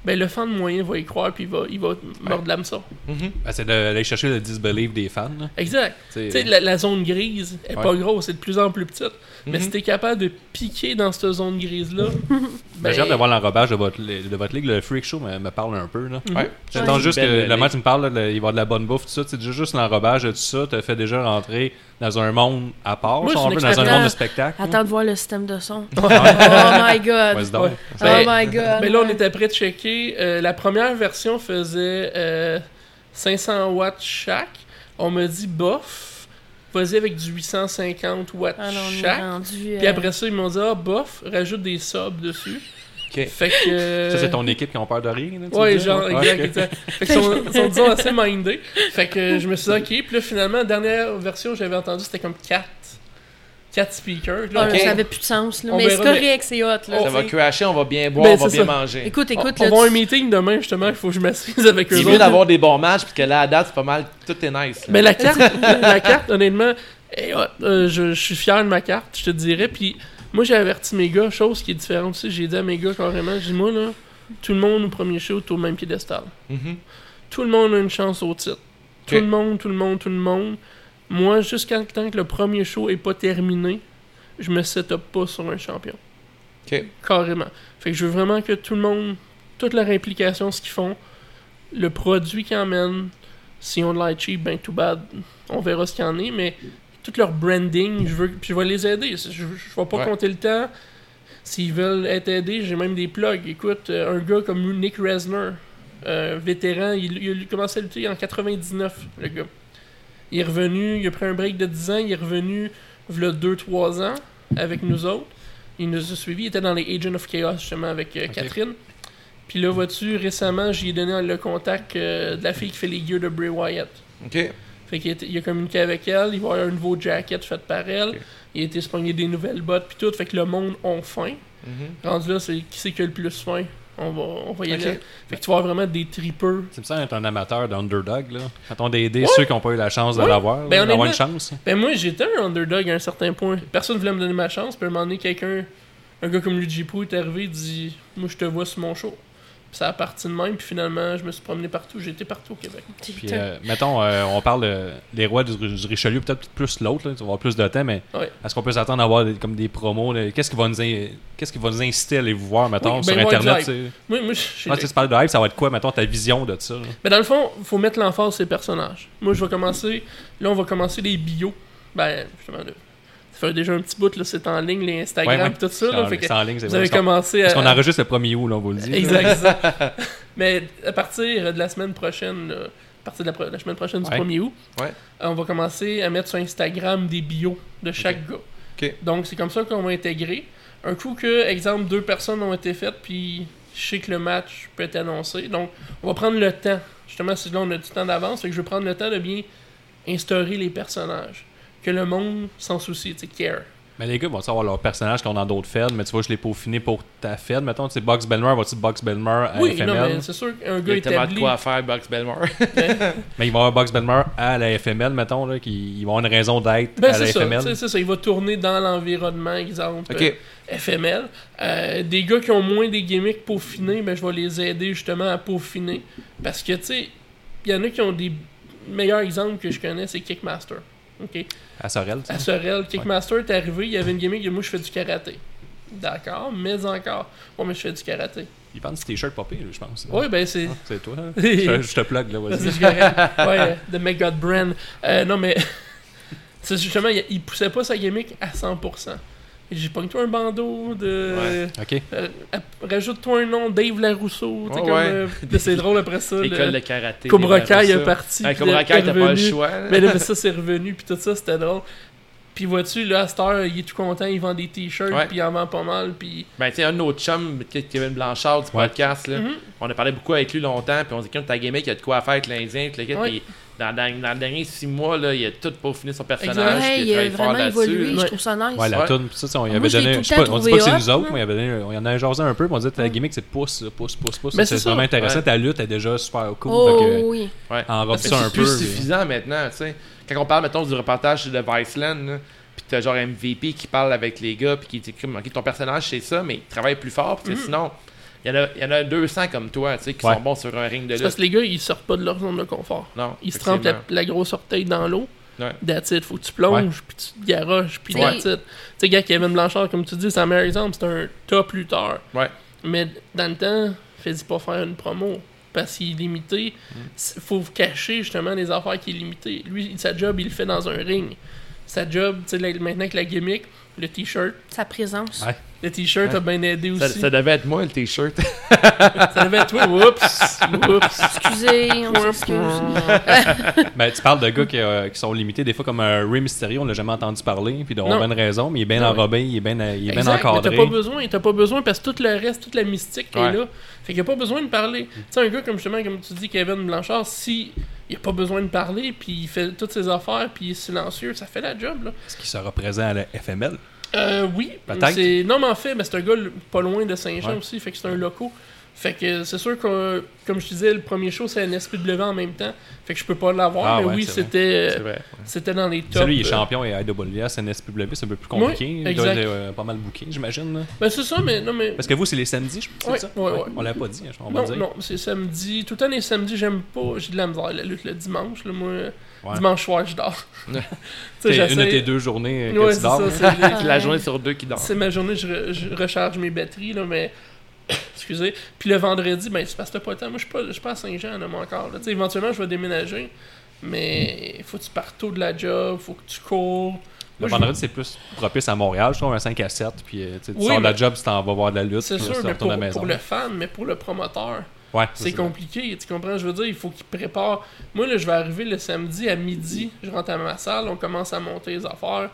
C: Ben, le fan moyen va y croire, puis il va, il va mordre l'hameçon.
A: Mhm.
B: Ben, c'est d'aller chercher le disbelief des fans. là.
C: Exact.
B: Tu
C: Tu
B: sais,
C: sais, la, la zone grise est
B: Ouais.
C: pas grosse, c'est de plus en plus petite. Mais
A: Mhm.
C: si t'es capable de piquer dans cette zone grise-là,
B: ben, j'ai hâte de voir l'enrobage de votre, li- de votre ligue. Le Freak Show me, me parle un peu. là.
C: Mhm.
A: Ouais.
B: J'attends
A: C'est
B: juste
A: une
B: que
A: belle
B: le match
A: ligue.
B: me parle, là, le- il va y avoir de la bonne bouffe, tout ça. Tu sais, juste- juste l'enrobage de tout ça, te fait déjà rentrer dans un monde à part.
C: Moi,
B: si on
C: c'est
B: veut,
C: une
B: dans un
D: expérience.
B: monde de spectacle. là.
D: Attends de voir le système de son. oh my god.
B: Ouais, c'est donc.
C: Ouais.
D: oh
C: Ben,
D: my god.
C: Mais là, on était prêt de checker. Euh, la première version faisait euh, 500 watts chaque. On me dit, bof, vas-y avec du 850 watts
D: Ah, là, on est
C: chaque.
D: rendu.
C: Puis
D: euh,
C: après ça, ils m'ont dit, ah, bof, rajoute des subs dessus.
A: Ok.
C: Fait que. euh,
B: Ça, c'est ton équipe qui ont peur de rien. là, tu
C: Ouais,
B: veux dire?
C: genre,
B: Ouais.
C: exact, exact. Fait que sont, sont, disons, assez mindés. Fait que euh, je me suis dit, ok. Puis là, finalement, la dernière version, j'avais entendu, c'était comme 4. 4 speakers.
D: ah,
C: Là,
D: là,
A: Ok.
D: Ça avait plus de sens. là.
C: On
D: Mais c'est
C: verra, mais-
D: correct, c'est hot. Là,
A: Ça va
D: tu sais.
A: crasher, on va bien boire,
C: Ben,
A: on va
C: c'est
A: bien
C: ça.
A: manger.
D: Écoute, écoute.
C: on
D: là,
C: va à un
D: tu-
C: meeting demain, justement, il faut que je m'assise avec eux
A: Il est
C: autres.
A: mieux d'avoir des bons matchs, puis que là, à date, c'est pas mal. Tout est nice. là.
C: Mais Ben, la carte, la carte honnêtement, eh, ouais, euh, je, je suis fier de ma carte, je te dirais. Puis moi, j'ai averti mes gars, chose qui est différente aussi. J'ai dit à mes gars carrément, j'ai dit, moi, là, tout le monde au premier show, tout au même piédestal.
A: Mhm.
C: Tout le monde a une chance au titre. Tout
A: Ok.
C: le monde, tout le monde, tout le monde. Moi, jusqu'à temps que le premier show est pas terminé, je me set up pas sur un champion.
A: Ok.
C: Carrément. Fait que je veux vraiment que tout le monde, toute leur implication, ce qu'ils font, le produit qu'ils emmènent, si on l'a cheap, ben tout bad, on verra ce qu'il y en est, mais tout leur branding, je veux, puis je vais les aider. Je, je vais pas
A: Ouais.
C: compter le temps. S'ils veulent être aidés, j'ai même des plugs. Écoute, euh, un gars comme Nick Resner, euh, vétéran, il, il a commencé à lutter en 99, le gars. Il est revenu, il a pris un break de 10 ans, il est revenu v'là 2-3 ans avec nous autres. Il nous a suivis, il était dans les Agents of Chaos justement avec euh, Catherine. Puis là, vois-tu, récemment, j'ai donné le contact euh, de la fille qui fait les gears de Bray Wyatt.
A: Ok.
C: Fait qu'il était- il a communiqué avec elle, il va y avoir un nouveau jacket fait par elle,
A: Ok.
C: il a été se pogner des nouvelles bottes puis tout, fait que le monde ont faim.
A: Mhm.
C: Rendu là, c'est qui c'est qui a le plus faim, on va, on va y
A: Ok.
C: aller. Fait que tu vas avoir vraiment des tripeux.
B: Tu me sens être un amateur d'underdog, là. Attends d'aider ceux qui n'ont pas eu la chance de
C: Oui.
B: l'avoir,
C: Ben,
B: là, d'avoir une
C: honnêtement-
B: chance.
C: Ben moi, j'étais un underdog à un certain point. Personne voulait me donner ma chance, puis à un moment donné, quelqu'un, un gars comme Luigi Pou est arrivé, il dit « Moi, je te vois sur mon show ». Puis ça a parti de même, puis finalement, je me suis promené partout, j'étais partout au Québec.
B: Puis, euh, mettons, euh, on parle euh, des rois du, du Richelieu, peut-être plus l'autre, là, tu vas avoir plus de temps, mais
C: Ouais.
B: est-ce qu'on peut s'attendre à avoir des, comme des promos? là? Qu'est-ce qui va nous, in- qu'est-ce qui va nous inciter à aller vous voir, mettons,
C: Oui,
B: sur
C: ben, moi,
B: Internet? tu
C: du
B: sais?
C: Moi, moi j'ai-
B: Ah, tu sais, tu parles de hype, ça va être quoi, mettons, ta vision de ça? là?
C: Mais dans le fond, faut mettre l'emphase sur les personnages. Moi, je vais commencer. Là, on va commencer les bios. Ben, justement, là, ça fait déjà un petit bout, là, c'est en ligne, les Instagram,
B: Ouais, ouais.
C: pis tout ça.
B: C'est
C: là,
B: en-
C: fait que
B: c'est en ligne, c'est
C: vous
B: vrai,
C: avez
B: parce qu'on-
C: commencé
B: Parce qu'on
C: à.
B: enregistre le 1er août, là, on vous le dit. là.
C: Exact, exact. Mais à partir de la semaine prochaine, là, à partir de la, pro- la semaine prochaine du
B: Ouais.
C: 1er août,
A: Ouais.
C: euh, on va commencer à mettre sur Instagram des bios de chaque gars.
A: Ok.
C: Donc, c'est comme ça qu'on va intégrer. Un coup que, exemple, deux personnes ont été faites, puis je sais que le match peut être annoncé. Donc, on va prendre le temps. Justement, si là, on a du temps d'avance, fait que je vais prendre le temps de bien instaurer les personnages. Que le monde s'en soucie, tu sais, care.
B: Mais les gars vont savoir leur personnage qu'on a dans d'autres feds, mais tu vois, je l'ai peaufiné pour ta fed. Mettons, tu sais, Box Belmer, va-tu Box Belmer
A: Ah,
B: à
C: oui,
B: FML?
C: non, mais
B: mais...
C: c'est sûr
A: Il
C: qu'un
A: y a
C: gars
A: tellement de
C: établi.
A: quoi à faire, Bugs Belmore.
B: il va y avoir Box Belmer à la FML, mettons, là, qui ils vont avoir une raison d'être
C: Ben,
B: à la
C: c'est ça, tu
B: FML.
C: sais, c'est ça. Il va tourner dans l'environnement, exemple.
A: Ok.
C: FML. Euh, des gars qui ont moins des gimmicks peaufinés, ben, je vais les aider justement à peaufiner. Parce que, tu sais, il y en a qui ont des meilleurs exemples que je connais, c'est Kickmaster. ok
B: À Sorel, tu sais.
C: À Sorel, Kickmaster est arrivé, il y avait une gimmick de moi, je fais du karaté. D'accord, mais encore. Ouais, mais je fais du karaté.
B: Ils vendent des t-shirts popés, je pense.
C: Oui, ben c'est.
B: C'est toi. hein? je, je te plug, là,
C: Ça, c'est
B: vas-y.
C: juste correct. ouais, euh, The Make God Brand. Euh, non, mais. c'est justement, il, il poussait pas sa gimmick à 100%. J'ai pogné toi un bandeau de.
B: Ok.
C: Euh, app- Rajoute-toi un nom, Dave Larousseau. tu sais,
A: Ouais,
C: comme,
A: ouais.
C: euh, puis c'est drôle après ça.
A: École
C: le-
A: de karaté.
C: Cobra
A: des affaires
C: Kai
A: comme
C: est
A: ça.
C: parti.
A: Ouais,
C: puis
A: Cobra
C: il
A: Kai,
C: est
A: t'as pas le
C: revenu.
A: choix. là.
C: Mais là, mais ça, c'est revenu, puis tout ça, c'était drôle. Puis vois-tu, là, à cette heure, il est tout content, il vend des t-shirts,
A: Ouais.
C: puis il en vend pas mal, puis.
A: Ben, tu sais, un de nos chums, Kevin Blanchard du
B: Ouais.
A: podcast, là,
C: Mm-hmm.
A: on a parlé beaucoup avec lui longtemps, puis on dit quand ta gimmick, il y a de quoi à faire avec l'Indien, puis le kit,
C: Ouais.
A: puis dans, dans, dans les derniers six mois, là, il a tout peaufiné son personnage,
C: Exact.
A: puis
D: il a
A: travaille fort
D: vraiment évolué,
A: là-dessus.
D: je
C: Ouais.
D: trouve ça nice.
B: Ouais, la
A: Ouais.
B: toune, pis ça, tu sais, on y
D: Moi,
B: avait
D: je l'ai
B: donné.
D: tout le
B: je sais pas-
D: temps
B: on dit pas que c'est
D: trouvé
B: nous autres,
D: hot,
B: mais il, avait donné, il y en a jasé un peu, puis on dit que la gimmick, c'est pouce, pouce, pouce, pouce.
C: Mais
B: C'est
C: c'est ça.
B: vraiment intéressant.
A: Ouais.
B: Ta lutte est déjà super cool. euh,
D: Oh
B: fait que,
D: oui.
A: Ouais.
B: enrobe
A: C'est
B: ça un peu.
A: plus
B: puis-
A: suffisant maintenant, tu sais. Quand on parle, mettons, du reportage de Viceland, là, puis t'as genre MVP qui parle avec les gars, puis qui dit comme, OK, ton personnage, c'est ça, mais il travaille plus fort, parce que
C: Mm-hmm.
A: sinon, il y, en a, il y en a 200 comme toi, tu sais, qui
B: Ouais.
A: sont bons sur un ring de
C: C'est parce
A: lutte.
C: que les gars, ils sortent pas de leur zone de confort.
A: Non,
C: Ils se trempent la,
A: effectivement.
C: la grosse orteille dans l'eau.
A: Ouais.
C: That's it. Faut que tu plonges, puis tu te garoches, puis
D: Ouais.
C: that's it. Tu sais, gars, Kevin Blanchard, comme tu dis, c'est un meilleur exemple. C'est un top lutteur.
A: Ouais.
C: Mais dans le temps, fais-y pas faire une promo. Parce qu'il est limité.
A: Mm.
C: S- Faut cacher justement les affaires qui est limité. Lui, sa job, il le fait dans un ring. Sa job, tu sais, la- maintenant avec la gimmick, le t-shirt.
D: Sa présence.
B: Ouais.
C: Le t-shirt a bien aidé
A: Ça,
C: aussi. Euh,
A: ça devait être moi, le t-shirt.
C: Ça devait être, oui, oups, oups.
D: Excusez, on s'excuse.
B: Ben, tu parles de gars qui, euh, qui sont limités, des fois comme un Ray Mysterio, on l'a jamais entendu parler, puis on
C: Non.
B: a bonne raison, mais il est bien
C: Non.
B: enrobé, il est bien, euh, il est bien
C: Exact, mais
B: encadré.
C: T'as pas besoin, t'as pas besoin parce que tout le reste, toute la mystique est
A: Ouais.
C: là. Fait qu'il y a pas besoin de
B: Mm.
C: parler. Tu sais, un gars comme justement, comme tu dis, Kevin Blanchard, si il a pas besoin de parler, puis il fait toutes ses affaires, puis il est silencieux, ça fait la job, là.
B: Est-ce qu'il sera présent à la FML?
C: Euh, oui,
B: Peut-être.
C: c'est- Non, mais en fait, ben, c'est un gars le- pas loin de Saint-Jean
B: Ouais.
C: aussi, fait que c'est un loco. Fait que c'est sûr que, comme je te disais, le premier show, c'est un esprit de levant en même temps. Fait que je peux pas l'avoir,
B: Ah
C: mais
B: ouais,
C: oui,
B: c'est vrai.
C: c'était
A: C'est
C: euh,
A: vrai.
C: c'était dans les tops.
B: Celui, il est
C: euh,
B: champion et IWS, NSPW, c'est un peu plus compliqué.
C: Oui,
B: il doit
C: exact.
B: être euh, pas mal booké, j'imagine. là.
C: Ben, c'est ça, mais non, mais.
B: Parce que vous, c'est les samedis, je pense.
C: Ouais,
B: c'est ça?
C: ouais, ouais.
B: On l'a pas dit, hein, je- on va
C: Non,
B: le dire.
C: non, c'est samedi. Tout le temps les samedis, j'aime pas. J'ai de la misère, la lutte le dimanche. Là, moi,
B: Ouais.
C: dimanche soir, je dors. Tu sais,
B: C'est une de
C: j'essaie-
B: tes deux journées euh, que
C: Ouais,
B: tu
C: c'est
B: dors.
C: ça. c'est-
A: la journée sur deux qui dort.
C: C'est ma journée, je, re- je recharge mes batteries, là, mais. Excusez. Puis le vendredi, ben, c'est parce que t'as pas le temps. Moi, je suis pas, je suis pas à Saint-Jean, là, moi, encore. là. Tu sais, éventuellement, je vais déménager, mais faut que tu partes tôt de la job, faut que tu cours.
B: Mm. Le
C: Moi, je-
B: vendredi, c'est plus propice à Montréal, je trouve, un 5 à 7. Puis euh, tu sais, tu
C: Oui,
B: sors de la
C: mais-
B: job, tu t'en vas voir de la lutte,
C: C'est
B: puis
C: sûr,
B: tu
C: mais
B: retournes
C: pour,
B: à la maison.
C: pour le fan, mais pour le promoteur,
B: Ouais, ça,
C: c'est compliqué. Tu comprends? Je veux dire, il faut qu'il prépare. Moi, là, je vais arriver le samedi à midi, je rentre à ma salle, on commence à monter les affaires,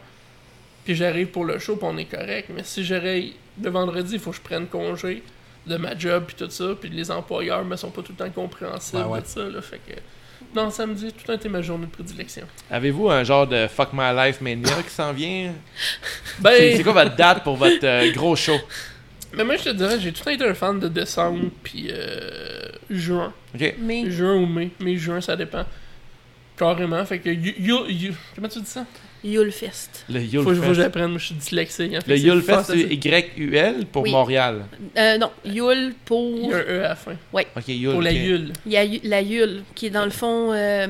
C: puis j'arrive pour le show, puis on est correct. Mais si j'arrive le vendredi, il faut que je prenne congé de ma job, puis tout ça, puis les employeurs me sont pas tout le temps compréhensibles
B: Ouais, ouais.
C: de ça, là. Fait que. Non, samedi, tout le temps été ma journée de prédilection.
A: Avez-vous un genre de fuck my life mania qui s'en vient C'est
C: Ben,
A: c'est quoi votre date pour votre euh, gros show
C: mais moi, je te dirais, j'ai tout le temps été un fan de décembre, puis euh, juin.
A: Ok.
D: Mais
C: Juin ou mai. Mai, juin, ça dépend. Carrément. Fait que. you- you- you- comment tu dis ça?
D: Yulefest.
A: Le
C: Faut, faut que
A: Yulefest.
C: j'apprenne, moi, je suis dyslexique. hein, fait
A: Le
C: que c'est
A: Yulefest,
C: fort,
A: c'est Y-U-L pour
D: Oui.
A: Montréal.
D: Euh, non, Yule
C: Il y
D: pour.
C: a un E à la fin.
A: Ok, Yule.
C: Pour la
A: ok.
C: Yule.
D: Il y a Yu- la Yule, qui est dans le fond, euh,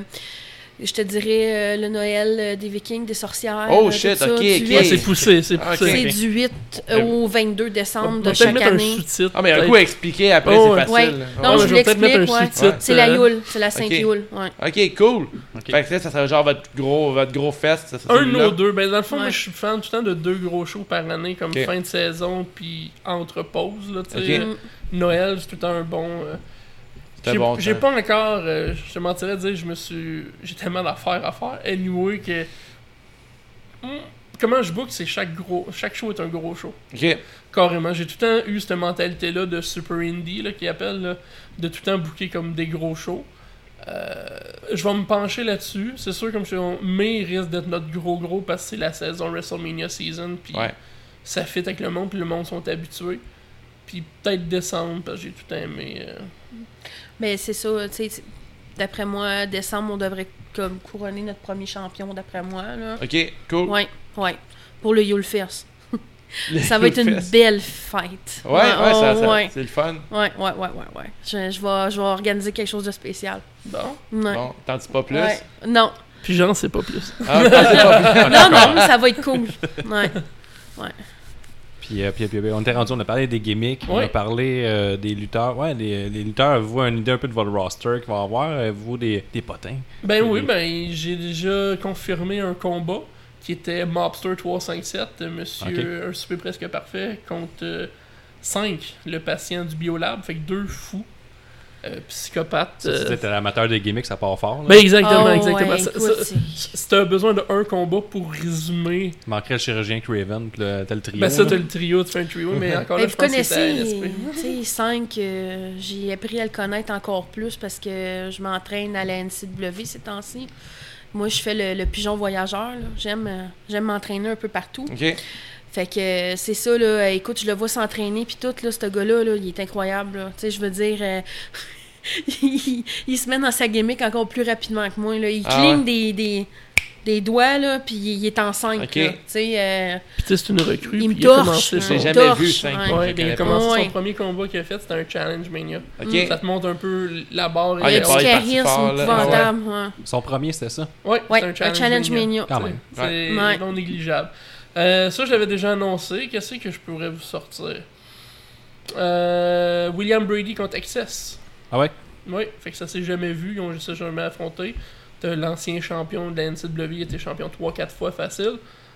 D: je te dirais, euh, le Noël euh, des Vikings, des sorcières.
A: Oh
D: euh,
A: shit,
D: tout ça,
A: ok,
D: du
A: ok.
D: huit-
A: Ouais,
C: Ouais, c'est poussé, c'est
A: Ah, ok.
C: poussé.
D: C'est
A: Ok.
D: du 8 au 22
C: On
D: décembre
C: peut
D: de
C: peut-être
D: chaque
C: mettre un
D: année.
C: sous-titre.
A: Ah, mais un
C: peut-être.
A: coup expliqué après,
C: Oh,
A: c'est
C: ouais.
A: facile.
D: Ouais.
A: Ah,
D: Non,
C: Ouais,
D: je
C: vais peut-être mettre
D: l'explique,
C: un
D: ouais.
C: sous-titre,
D: C'est la
C: euh,
D: Yule, c'est la Sainte
A: Ok.
D: Yule. Ouais.
A: Ok, cool. Fait que ça, ça serait genre votre gros, votre gros fest. ça, c'est
C: Un
A: celui-là.
C: ou deux. Ben, dans le fond, moi,
D: Ouais.
C: je suis fan tout le temps de deux gros shows par année, comme
A: Ok.
C: fin de saison, puis entre pauses. Là, tu sais.
A: Ok.
C: Euh,
D: Mm.
C: Noël, c'est tout le temps un bon. euh,
A: C'est un
C: J'ai
A: bon
C: j'ai
A: temps.
C: pas encore. euh, je te mentirais de dire, je me suis. J'ai tellement d'affaires à faire. Anyway, que. Hmm, Comment je book, c'est chaque gros. Chaque show est un gros show.
A: Ok.
C: Carrément, j'ai tout le temps eu cette mentalité-là de super indie, là, qui appelle, là, de tout le temps booker comme des gros shows. Euh, je vais me pencher là-dessus. C'est sûr, comme je dis, mai risque d'être notre gros gros parce que c'est la saison WrestleMania season, puis
A: Ouais.
C: ça fit avec le monde, puis le monde sont habitués. Puis peut-être décembre, parce que j'ai tout le temps aimé. euh,
D: Mais c'est ça, tu sais, c'est- d'après moi, décembre, on devrait comme couronner notre premier champion, d'après moi. Là.
A: Ok, cool.
D: Ouais, ouais. Pour le Yulefest.
A: Le
D: Ça va être une
A: Yulefest.
D: belle fête.
A: Ouais, ouais, ça, ça-
D: ouais.
A: c'est le fun.
D: Ouais, ouais, ouais, ouais, ouais. Je, je vais, je vais organiser quelque chose de spécial.
C: Bon.
D: Ouais.
A: Bon, t'en dis pas plus.
D: Ouais. Non.
C: Puis j'en sais pas plus.
A: Ah, t'en dis pas plus.
D: Non, non, ça va être cool. Ouais.
B: Puis, euh, puis, puis, puis, on était rendu, on a parlé des gimmicks, on
C: Oui.
B: a parlé euh, des lutteurs. Ouais, les, les lutteurs, avez-vous une idée un peu de votre roster qu'il va avoir Avez-vous des, des potins
C: Ben oui,
B: Mhm.
C: ben j'ai déjà confirmé un combat qui était Mobster 357, euh, monsieur un super presque parfait, contre 5, le patient du Biolab, fait que deux fous, euh, psychopathes.
B: Ça, Si
C: euh,
B: t'es un amateur des gimmicks, ça part fort. là.
C: ben exactement,
D: Oh,
C: exactement.
D: ouais,
C: Ça-
D: écoute,
C: ça-
D: c'est-
C: si t'as besoin de un combat pour résumer,
B: Il manquerait le chirurgien Craven, puis le, t'as le trio.
C: ben ça
B: là.
C: t'as le trio, tu fais un trio, mais encore
D: Ben,
C: là,
D: vous
C: je pense que c'était à
D: connaissez,
C: l'esprit.
D: tu sais, 5, j'ai appris à le connaître encore plus parce que je m'entraîne à la NCW ces temps-ci. Moi, je fais le, le pigeon voyageur. là. J'aime euh, j'aime m'entraîner un peu partout.
A: Ok.
D: Fait que euh, c'est ça, là. Euh, Écoute, je le vois s'entraîner, puis tout, là, ce gars-là, là, il est incroyable, là. Tu sais, je veux dire... euh, il, il se met dans sa gimmick encore plus rapidement que moi, là. Il
A: Ah
D: cligne
A: ouais.
D: des, des, des doigts, là, puis il est en 5,
A: Ok.
D: Tu sais, euh,
C: Puis tu sais, c'est une recrue,
D: il
C: puis
D: me
C: il a
D: torche,
C: commencé
A: Je l'ai
C: son...
D: là.
A: jamais
D: torche,
A: vu, cinq.
D: ouais.
A: Je
C: Ouais,
A: le
C: ben, il
A: connais
C: a
A: pas.
C: commencé
D: Ouais.
C: son premier combat qu'il a fait, c'était un Challenge Mania.
A: Ok.
C: Ça te montre un peu la barre.
A: Ah, il a
D: le petit
A: parlé parti
D: charisme
A: fort, là.
D: épouvantable, ouais.
B: Son premier, c'était ça.
C: Ouais,
D: Ouais,
C: c'est
D: un challenge, mania.
B: Quand même.
C: C'est
D: Ouais.
C: non négligeable. Euh, ça, je l'avais déjà annoncé. Qu'est-ce que je pourrais vous sortir Euh, William Brady contre Access.
B: Ah ouais
C: Oui, fait que ça s'est jamais vu. Ils ont juste jamais affronté. T'as l'ancien champion de la NCW, il était champion 3-4 fois facile,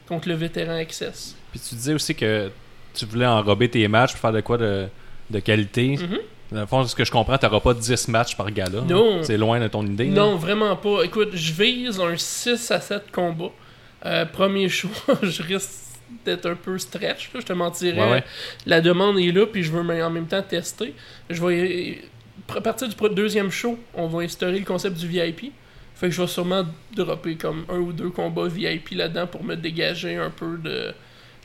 C: contre le vétéran Access.
B: Puis tu disais aussi que tu voulais enrober tes matchs pour faire de quoi de, de qualité.
C: Mhm.
B: Dans le fond, ce que je comprends, t'auras pas 10 matchs par gala. là.
C: Non.
B: C'est loin de ton idée. là.
C: Non, vraiment pas. Écoute, je vise un 6 à 7 combats. Euh, premier choix, je risque d'être un peu stretch, là, je te mentirais.
B: Ouais, ouais.
C: La demande est là, puis je veux mais en même temps tester. Je vais. À partir du pro- deuxième show, on va instaurer le concept du VIP. Fait que je vais sûrement dropper comme un ou deux combats VIP là-dedans pour me dégager un peu de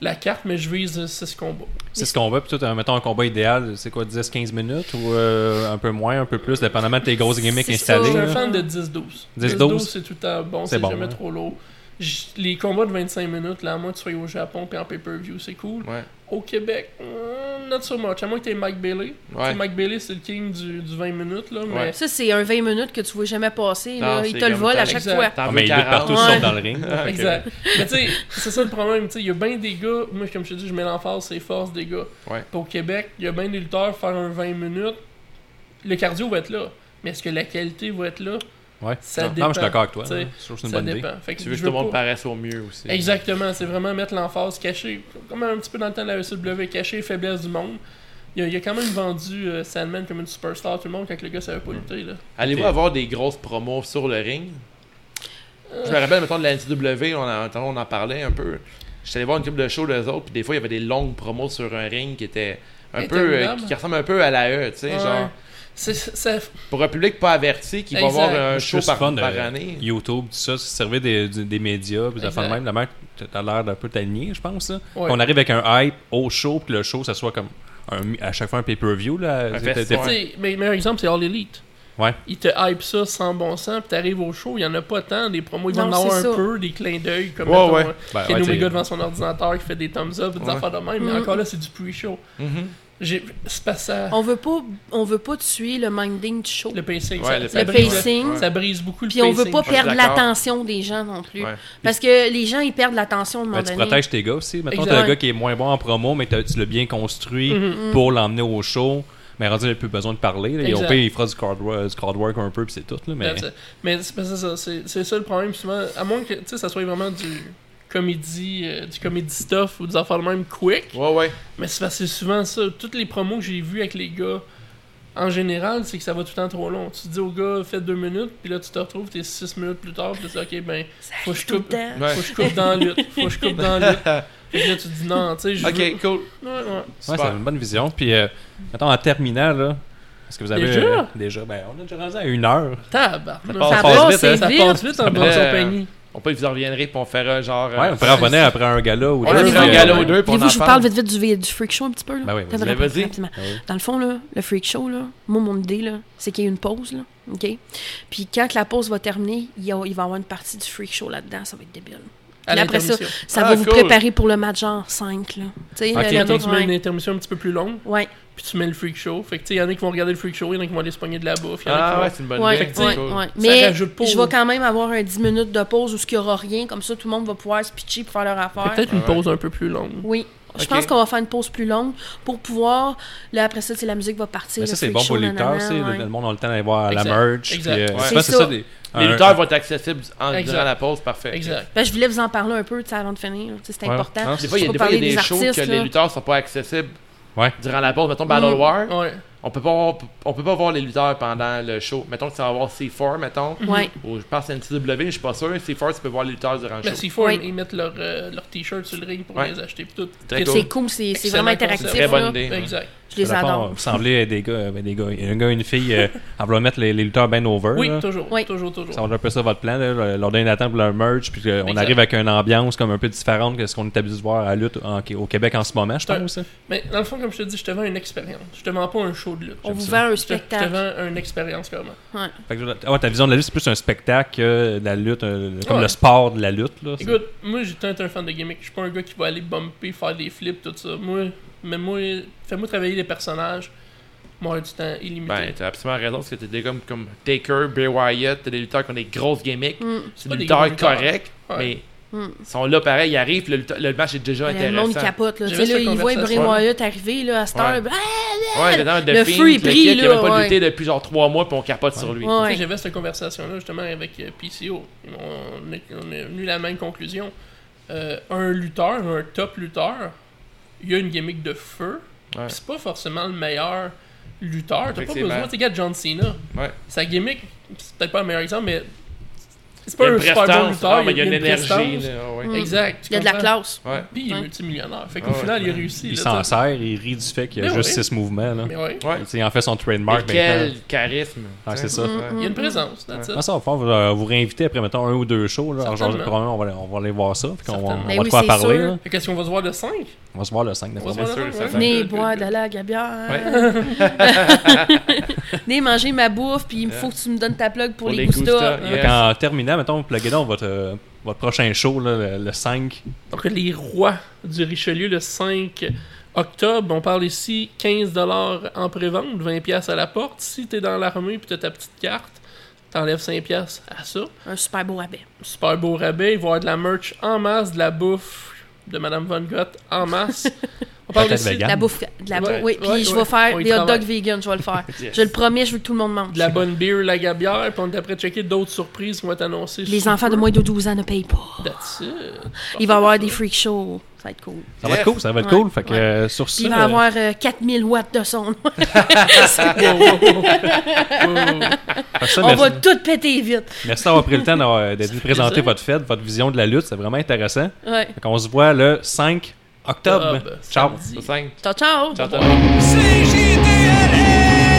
C: la carte, mais je vise 6 combats.
B: C'est ce qu'on veut. Puis toi, mettons un combat idéal, c'est quoi 10-15 minutes ou euh, un peu moins, un peu plus, dépendamment de tes grosses gimmicks
D: C'est
C: Je
B: installées.
C: suis
D: ça.
C: un
B: là.
C: fan de 10-12.
B: 10-12,
C: c'est tout le temps bon,
B: C'est
C: c'est
B: bon,
C: jamais
B: hein.
C: trop lourd. J- Les combats de 25 minutes, là, à moins que tu sois au Japon puis en pay-per-view, c'est cool.
A: Ouais.
C: Au Québec, hmm, not so much. À moins que t'aies Mike Bailey.
A: Ouais.
C: Tu sais, Mike Bailey, c'est le king du, du 20 minutes, là, mais
A: Ouais.
D: Ça, c'est un 20 minutes que tu vois jamais passer.
A: Non,
D: là. Il
A: c'est
D: te le
A: comme
D: vole
A: t'as-
D: à chaque
C: Exact.
D: fois.
A: T'en
B: Ah, mais
A: veux
B: il lutte
A: 40.
B: partout
D: Ouais.
B: sauf dans le ring. là, fait que-
C: Exact. Mais tu sais, c'est ça le problème. tu sais, Il y a bien des gars, moi, comme je te dis, je mets l'emphase sur les forces des gars.
A: Ouais.
C: Puis au Québec, il y a bien des lutteurs faire un 20 minutes. Le cardio va être là. Mais est-ce que la qualité va être là
B: Ouais.
C: Ça
B: non,
C: dépend,
B: mais je suis d'accord avec toi.
C: tu sais,
B: hein. Je trouve que c'est une
C: Ça
B: bonne idée.
C: dépend. Fait que
A: Tu veux
C: je
A: que tout le monde
C: pas-
A: paraisse au mieux aussi.
C: Exactement, c'est vraiment mettre l'emphase cachée. Comme un petit peu dans le temps de la ECW, cacher les faiblesses du monde. Il a, il a quand même vendu euh, Sandman comme une superstar, tout le monde, quand le gars savait pas lutter. Là.
A: Allez-vous
B: Ok.
A: avoir des grosses promos sur le ring? Je me rappelle, mettons, de la NCW, on en, tantôt, on en parlait un peu. J'étais allé voir une couple de shows d'eux autres, puis des fois, il y avait des longues promos sur un ring qui étaient un peu. euh,
C: Interminables.
A: qui ressemblent un peu à la E, tu sais,
C: Ouais.
A: genre.
C: C'est- ça-
A: Pour un public pas averti qui va
C: Exact.
A: voir un
B: Je
A: show
B: trouve
A: par,
B: ça fun,
A: par
B: euh,
A: année.
B: YouTube, tout ça, se servir des, du- des médias, puis des affaires de
C: Exact.
B: même. La mère, t'as l'air d'un peu t'aligner, je pense. là.
C: Ouais.
B: On arrive avec un hype au show, puis le show, ça soit comme un- à chaque fois un pay-per-view. là.
A: Un
B: T'es- t'es- ben,
A: festival.
C: tu sais, mais meilleur exemple, c'est All Elite.
B: Ouais.
C: Ils te hype ça sans bon sens, puis t'arrives au show, il y en a pas tant. Des promos, ils vont en
D: Non,
C: avoir un
D: c'est ça.
C: peu, des clins d'œil, comme
A: Ouais,
C: mettons,
A: ouais.
C: euh,
B: Ben,
C: Kenny
B: ouais, t'sais,
C: Omega devant son ordinateur qui fait des thumbs up, des
A: Ouais.
C: affaires de même, mais
D: Mm.
C: encore là, c'est du pre-show.
A: Mhm.
C: J'ai- C'est pas ça.
D: On veut pas, on veut pas tuer le minding du show.
C: Le pacing,
A: Ouais,
C: ça,
A: le
C: ça
D: le
C: brise,
D: pacing.
C: ça brise beaucoup le
D: Puis on veut
C: pacing,
D: pas
C: je
A: suis
D: perdre
A: d'accord.
D: l'attention des gens non plus.
A: Ouais.
D: Parce que les gens, ils perdent l'attention à un moment
B: ben, tu
D: donné.
B: protèges tes gars aussi. Mettons,
C: Exact.
B: t'as un gars qui est moins bon en promo, mais t'as- tu l'as bien construit
A: Mm-hmm.
D: Mm-hmm.
B: pour l'emmener au show. Mais rendu, il n'a plus besoin de parler. Là. Et au
C: Exact.
B: pire, il fera du card, work- du card work un peu, puis c'est tout. Là, mais...
C: That's it. Mais c'est pas ça, ça, c'est c'est ça le problème souvent. À moins que tu sais, ça soit vraiment du comédie, euh, du comédie stuff ou des affaires de même quick.
A: Ouais, ouais.
C: Mais c'est parce que c'est souvent ça. Toutes les promos que j'ai vues avec les gars, en général, c'est que ça va tout le temps trop long. Tu te dis au gars, fais deux minutes, puis là tu te retrouves, t'es six minutes plus tard, puis tu dis, ok, ben, faut que je
D: Tout le
C: coupe.
D: temps.
A: Ouais.
C: Faut que je coupe dans la lutte. Faut que je coupe dans la lutte. Fait que là, tu te dis non, tu sais, je.
A: Ok, cool.
C: veux- Ouais, ouais.
B: Ouais,
A: Super.
B: c'est une bonne vision. Puis, euh, mettons, en terminant, là, est-ce que vous avez.
C: Déjà?
B: euh, déjà ben, on a déjà rendu à une heure.
C: Tabarnak.
A: passe-
D: Ça
B: Ça passe
D: passe,
B: vite, hein.
D: c'est
C: Ça
D: vite.
C: passe vite en bonne
A: passe.
C: compagnie.
A: on peut vous en reviendrez pour on fera genre. euh,
B: Ouais, on pourrait revenir après un gala ou
A: On
B: deux.
A: a fait un
B: puis,
A: gala
B: euh,
A: ou deux, puis on
D: Voulez-vous
A: en
D: que je vous parle vite vite du, vi- du freak show un petit peu? Là?
B: Ben oui, vas-y.
D: Très
A: Ben vas-y.
D: rapidement.
B: Ah oui.
D: Dans le fond, là, le freak show, là, moi, mon idée, là, c'est qu'il y ait une pause. Là, OK? Puis quand que la pause va terminer, il, y a- il va y avoir une partie du freak show là-dedans. Ça va être débile.
C: À
D: Puis après ça,
C: l'intermission.
D: ça
A: Ah,
D: va vous
A: cool.
D: préparer pour le match genre 5. Là. Tu sais,
B: Ok.
D: le- le-
C: Puis Attends, tu mets une
D: ouais.
C: intermission un petit peu plus longue.
D: Ouais.
C: puis tu mets le freak show. Fait que tu sais, y en a qui vont regarder le freak show, y en a qui vont aller se pogner de la bouffe. Y en a qui
A: Ah
C: vont...
A: ouais, c'est une bonne
D: Ouais,
A: idée.
D: ouais,
A: Cool.
D: ouais.
A: Ça
D: Mais
C: rajoute pas
D: je
C: au-
D: vais quand même avoir un 10 minutes de pause où ce qu'il n'y aura rien. Comme ça, tout le monde va pouvoir se pitcher pour faire leur
C: Fait
D: affaire.
C: que peut-être une
A: Ouais.
C: pause un peu plus longue.
D: Oui. Je
A: Ok.
D: pense qu'on va faire une pause plus longue pour pouvoir. Là, après ça, tu sais, la musique va partir.
B: Mais
D: le
B: ça, c'est
D: freak
B: bon
D: show,
B: pour les lutteurs.
D: nanana,
B: tu sais,
D: ouais.
B: Le le monde a le temps d'aller voir la
C: Exact.
B: merch. puis,
C: Exact.
B: euh,
A: Ouais.
B: tu vois,
D: C'est
B: c'est ça.
D: ça.
B: des-
A: Les
B: un-
A: lutteurs vont être accessibles en,
C: Exact.
A: durant la pause, parfait.
C: Exact.
D: Ben, je voulais vous en parler un peu tu sais, avant de finir. là. Tu sais, C'est
B: Ouais.
D: important.
B: Non,
A: Des
B: c'est-
A: fois, il y a
D: Faut
A: des, fois, il y a
D: parler
A: des
D: des
A: shows
D: artistes,
A: que les
D: là.
A: lutteurs sont pas accessibles
B: Ouais.
A: durant la pause. Mettons Battle
D: Mm.
A: War,
C: Ouais.
A: on peut pas voir, on peut pas voir les lutteurs pendant le show. Mettons que ça va voir C4, mettons.
D: Ouais.
A: Ou je pense à NCW, je suis pas sûr. C4, tu peux voir les lutteurs durant le
C: Ben,
A: show.
C: s'il faut,
D: Oui.
C: ils mettent leur, euh, leur t-shirt sur le ring pour
A: Ouais.
C: les acheter. pis tout.
A: Très cool.
D: C'est cool, c'est c'est
C: Excellent
D: vraiment
C: concept.
D: interactif.
A: Très bonne
D: là.
A: idée. hein. ouais.
C: Exact.
D: Je les
B: Ça dépend,
D: adore.
B: Vous semblez être des gars, ben, des gars, un gars et une fille, euh, à vouloir mettre les, les lutteurs bien over.
C: Oui,
B: là.
C: toujours.
D: Oui.
C: Toujours, toujours.
B: Ça va être un peu ça votre plan, là, leur donner d'attente pour leur merch, puis euh, on
C: Exact.
B: arrive avec une ambiance comme un peu différente que ce qu'on est habitué de voir à la lutte en- au Québec en ce moment, je
C: Ouais.
B: pense. hein.
C: Mais dans le fond, comme je te dis, je te vends une expérience. Je te vends pas un show de lutte.
D: On
B: J'aime
D: vous
B: ça.
D: vend
C: Je
D: un
C: te, je te
D: spectacle.
C: vends une expérience comment.
D: Ouais.
B: Fait que, je- ouais, ta vision de la lutte, c'est plus un spectacle que de la lutte, euh, comme
C: Ouais.
B: le sport de la lutte. Là, c'est-
C: Écoute, moi, j'étais un fan de gimmick. Je suis pas un gars qui va aller bumper, faire des flips, tout ça. Moi, mais moi, fais-moi travailler les personnages. Moi, du temps illimité.
A: Ben, t'as absolument raison, parce que t'es des gars comme, comme Taker, Bray Wyatt, t'as des lutteurs qui ont des grosses
D: Mm,
A: gimmicks. C'est
C: pas
A: des
C: des
A: lutteurs
C: gros lutteurs.
A: corrects,
C: Ouais.
A: mais ils sont là pareil, ils arrivent, le, lutteur- le match est déjà
D: Le
A: intéressant.
D: monde capote. Là. Tu
C: J'aimais
D: sais, là,
C: cette
D: il voit Bray
C: conversation.
D: Wyatt arriver là, à cette
A: Ouais.
D: heure. Ah,
A: Ouais, dedans,
D: Le
A: Fiend,
D: feu, il brille,
A: kid qui avait
D: là,
A: pas
D: ouais.
A: lutté depuis genre 3 mois, puis on capote sur lui.
D: Ouais.
C: Tu sais, J'avais cette conversation-là justement avec euh, PCO. Ils m'ont- On est, on est venu à la même conclusion. Euh, un lutteur, un top lutteur, il a une gimmick de feu.
A: Ouais.
C: pis C'est pas forcément le meilleur lutteur. T'as pas
A: Effectivement.
C: besoin. Tu sais, regarde John Cena.
A: Ouais.
C: Sa gimmick, c'est peut-être pas le meilleur exemple, mais c'est
A: Il y
C: pas
A: a
C: un
A: une
C: super bon
A: prestance,
C: lutteur.
A: ah, mais il y a une énergie.
C: prestance.
A: là, ah, ouais.
C: Exact. tu
D: Mm. Il y a de la
C: comprends?
D: classe.
A: Ouais.
C: Puis il est
D: Ouais.
C: multimillionnaire.
A: Ah
C: Fait qu'au
A: ouais.
C: final, il réussit.
B: il
C: là,
B: s'en
C: tu sais.
B: sert, il rit du fait qu'il y a
C: Mais
B: juste
C: oui.
B: six mouvements. Là.
C: Mais ouais.
A: Ouais.
B: Tu sais, Il en fait son trademark
A: Mais quel
B: maintenant.
A: charisme.
B: Ah,
A: tu sais.
B: c'est ça.
A: Ouais.
D: Mm.
C: Il y a une présence. that's it.
B: Ah, ça, on va faire, euh, vous réinviter après, mettons, un ou deux shows. Là, Alors, genre,
C: Certainement.
B: probablement, on, va, aller- on va aller voir ça. Puis on va, on
C: Certainement.
B: va
D: Ben
B: de
D: oui,
B: quoi
D: c'est
B: parler.
D: sûr.
B: là.
C: Fait que Qu'est-ce qu'on va se voir le 5
B: On va se voir le 5
C: On va se
B: d'après.
A: Ben,
C: voir
A: sûr,
C: le 5.
A: certain.
D: Venez
C: Good, good,
D: boire
C: good.
D: de la gabière.
A: Ouais.
D: Venez manger ma bouffe, puis il faut que tu me donnes ta plug pour, les,
A: Gusta,
D: Gusta.
A: yes.
B: En terminant, mettons, pluguez donc votre, euh, votre prochain show, là, le, le 5.
C: Donc, les rois du Richelieu le 5 octobre. On parle ici 15$ en pré-vente, 20$ à la porte. Si t'es dans l'armée et t'as ta petite carte, t'enlèves 5$ à ça.
D: Un super beau rabais.
C: Super beau rabais. Il va y avoir de la merch en masse, de la bouffe de Madame Van Gogh en masse. On parle
B: Peut-être
C: ici
B: vegan.
D: La bouffe. De la
C: Ouais,
D: bouffe. Oui,
C: ouais,
D: puis je
C: ouais.
D: vais faire
C: On y
D: des hot
C: travaille.
D: dogs vegan, je vais le faire. Je le promets, je veux que tout le monde mange.
C: de la bonne bière, la gabière, puis on est après checker d'autres surprises qui vont être annoncées.
D: Les
C: sous
D: enfants de
C: peu.
D: moins de 12 ans ne payent pas.
C: That's it.
D: Il va y avoir des freak shows. Ça va être cool.
B: Ça va être
A: Bref.
B: cool, ça va être
D: Ouais.
B: cool. Fait que
D: Ouais.
B: euh, sur ça.
D: Puis il va y
B: euh,
D: avoir euh, 4000 watts de son.
B: fait
C: Wow, wow, wow. Wow, wow.
B: que ça,
D: On
B: merci-
D: va tout péter vite.
B: Merci d'avoir pris le temps d'avoir- d'être venu présenter
C: plaisir.
B: votre fête, votre vision de la lutte. C'est vraiment intéressant.
D: Ouais.
B: Fait qu'on se voit le 5 octobre.
C: Octobre,
B: Ciao.
C: samedi.
A: Sur cinq.
D: Ciao, ciao.
A: Ciao, tout le monde.
E: CJDLL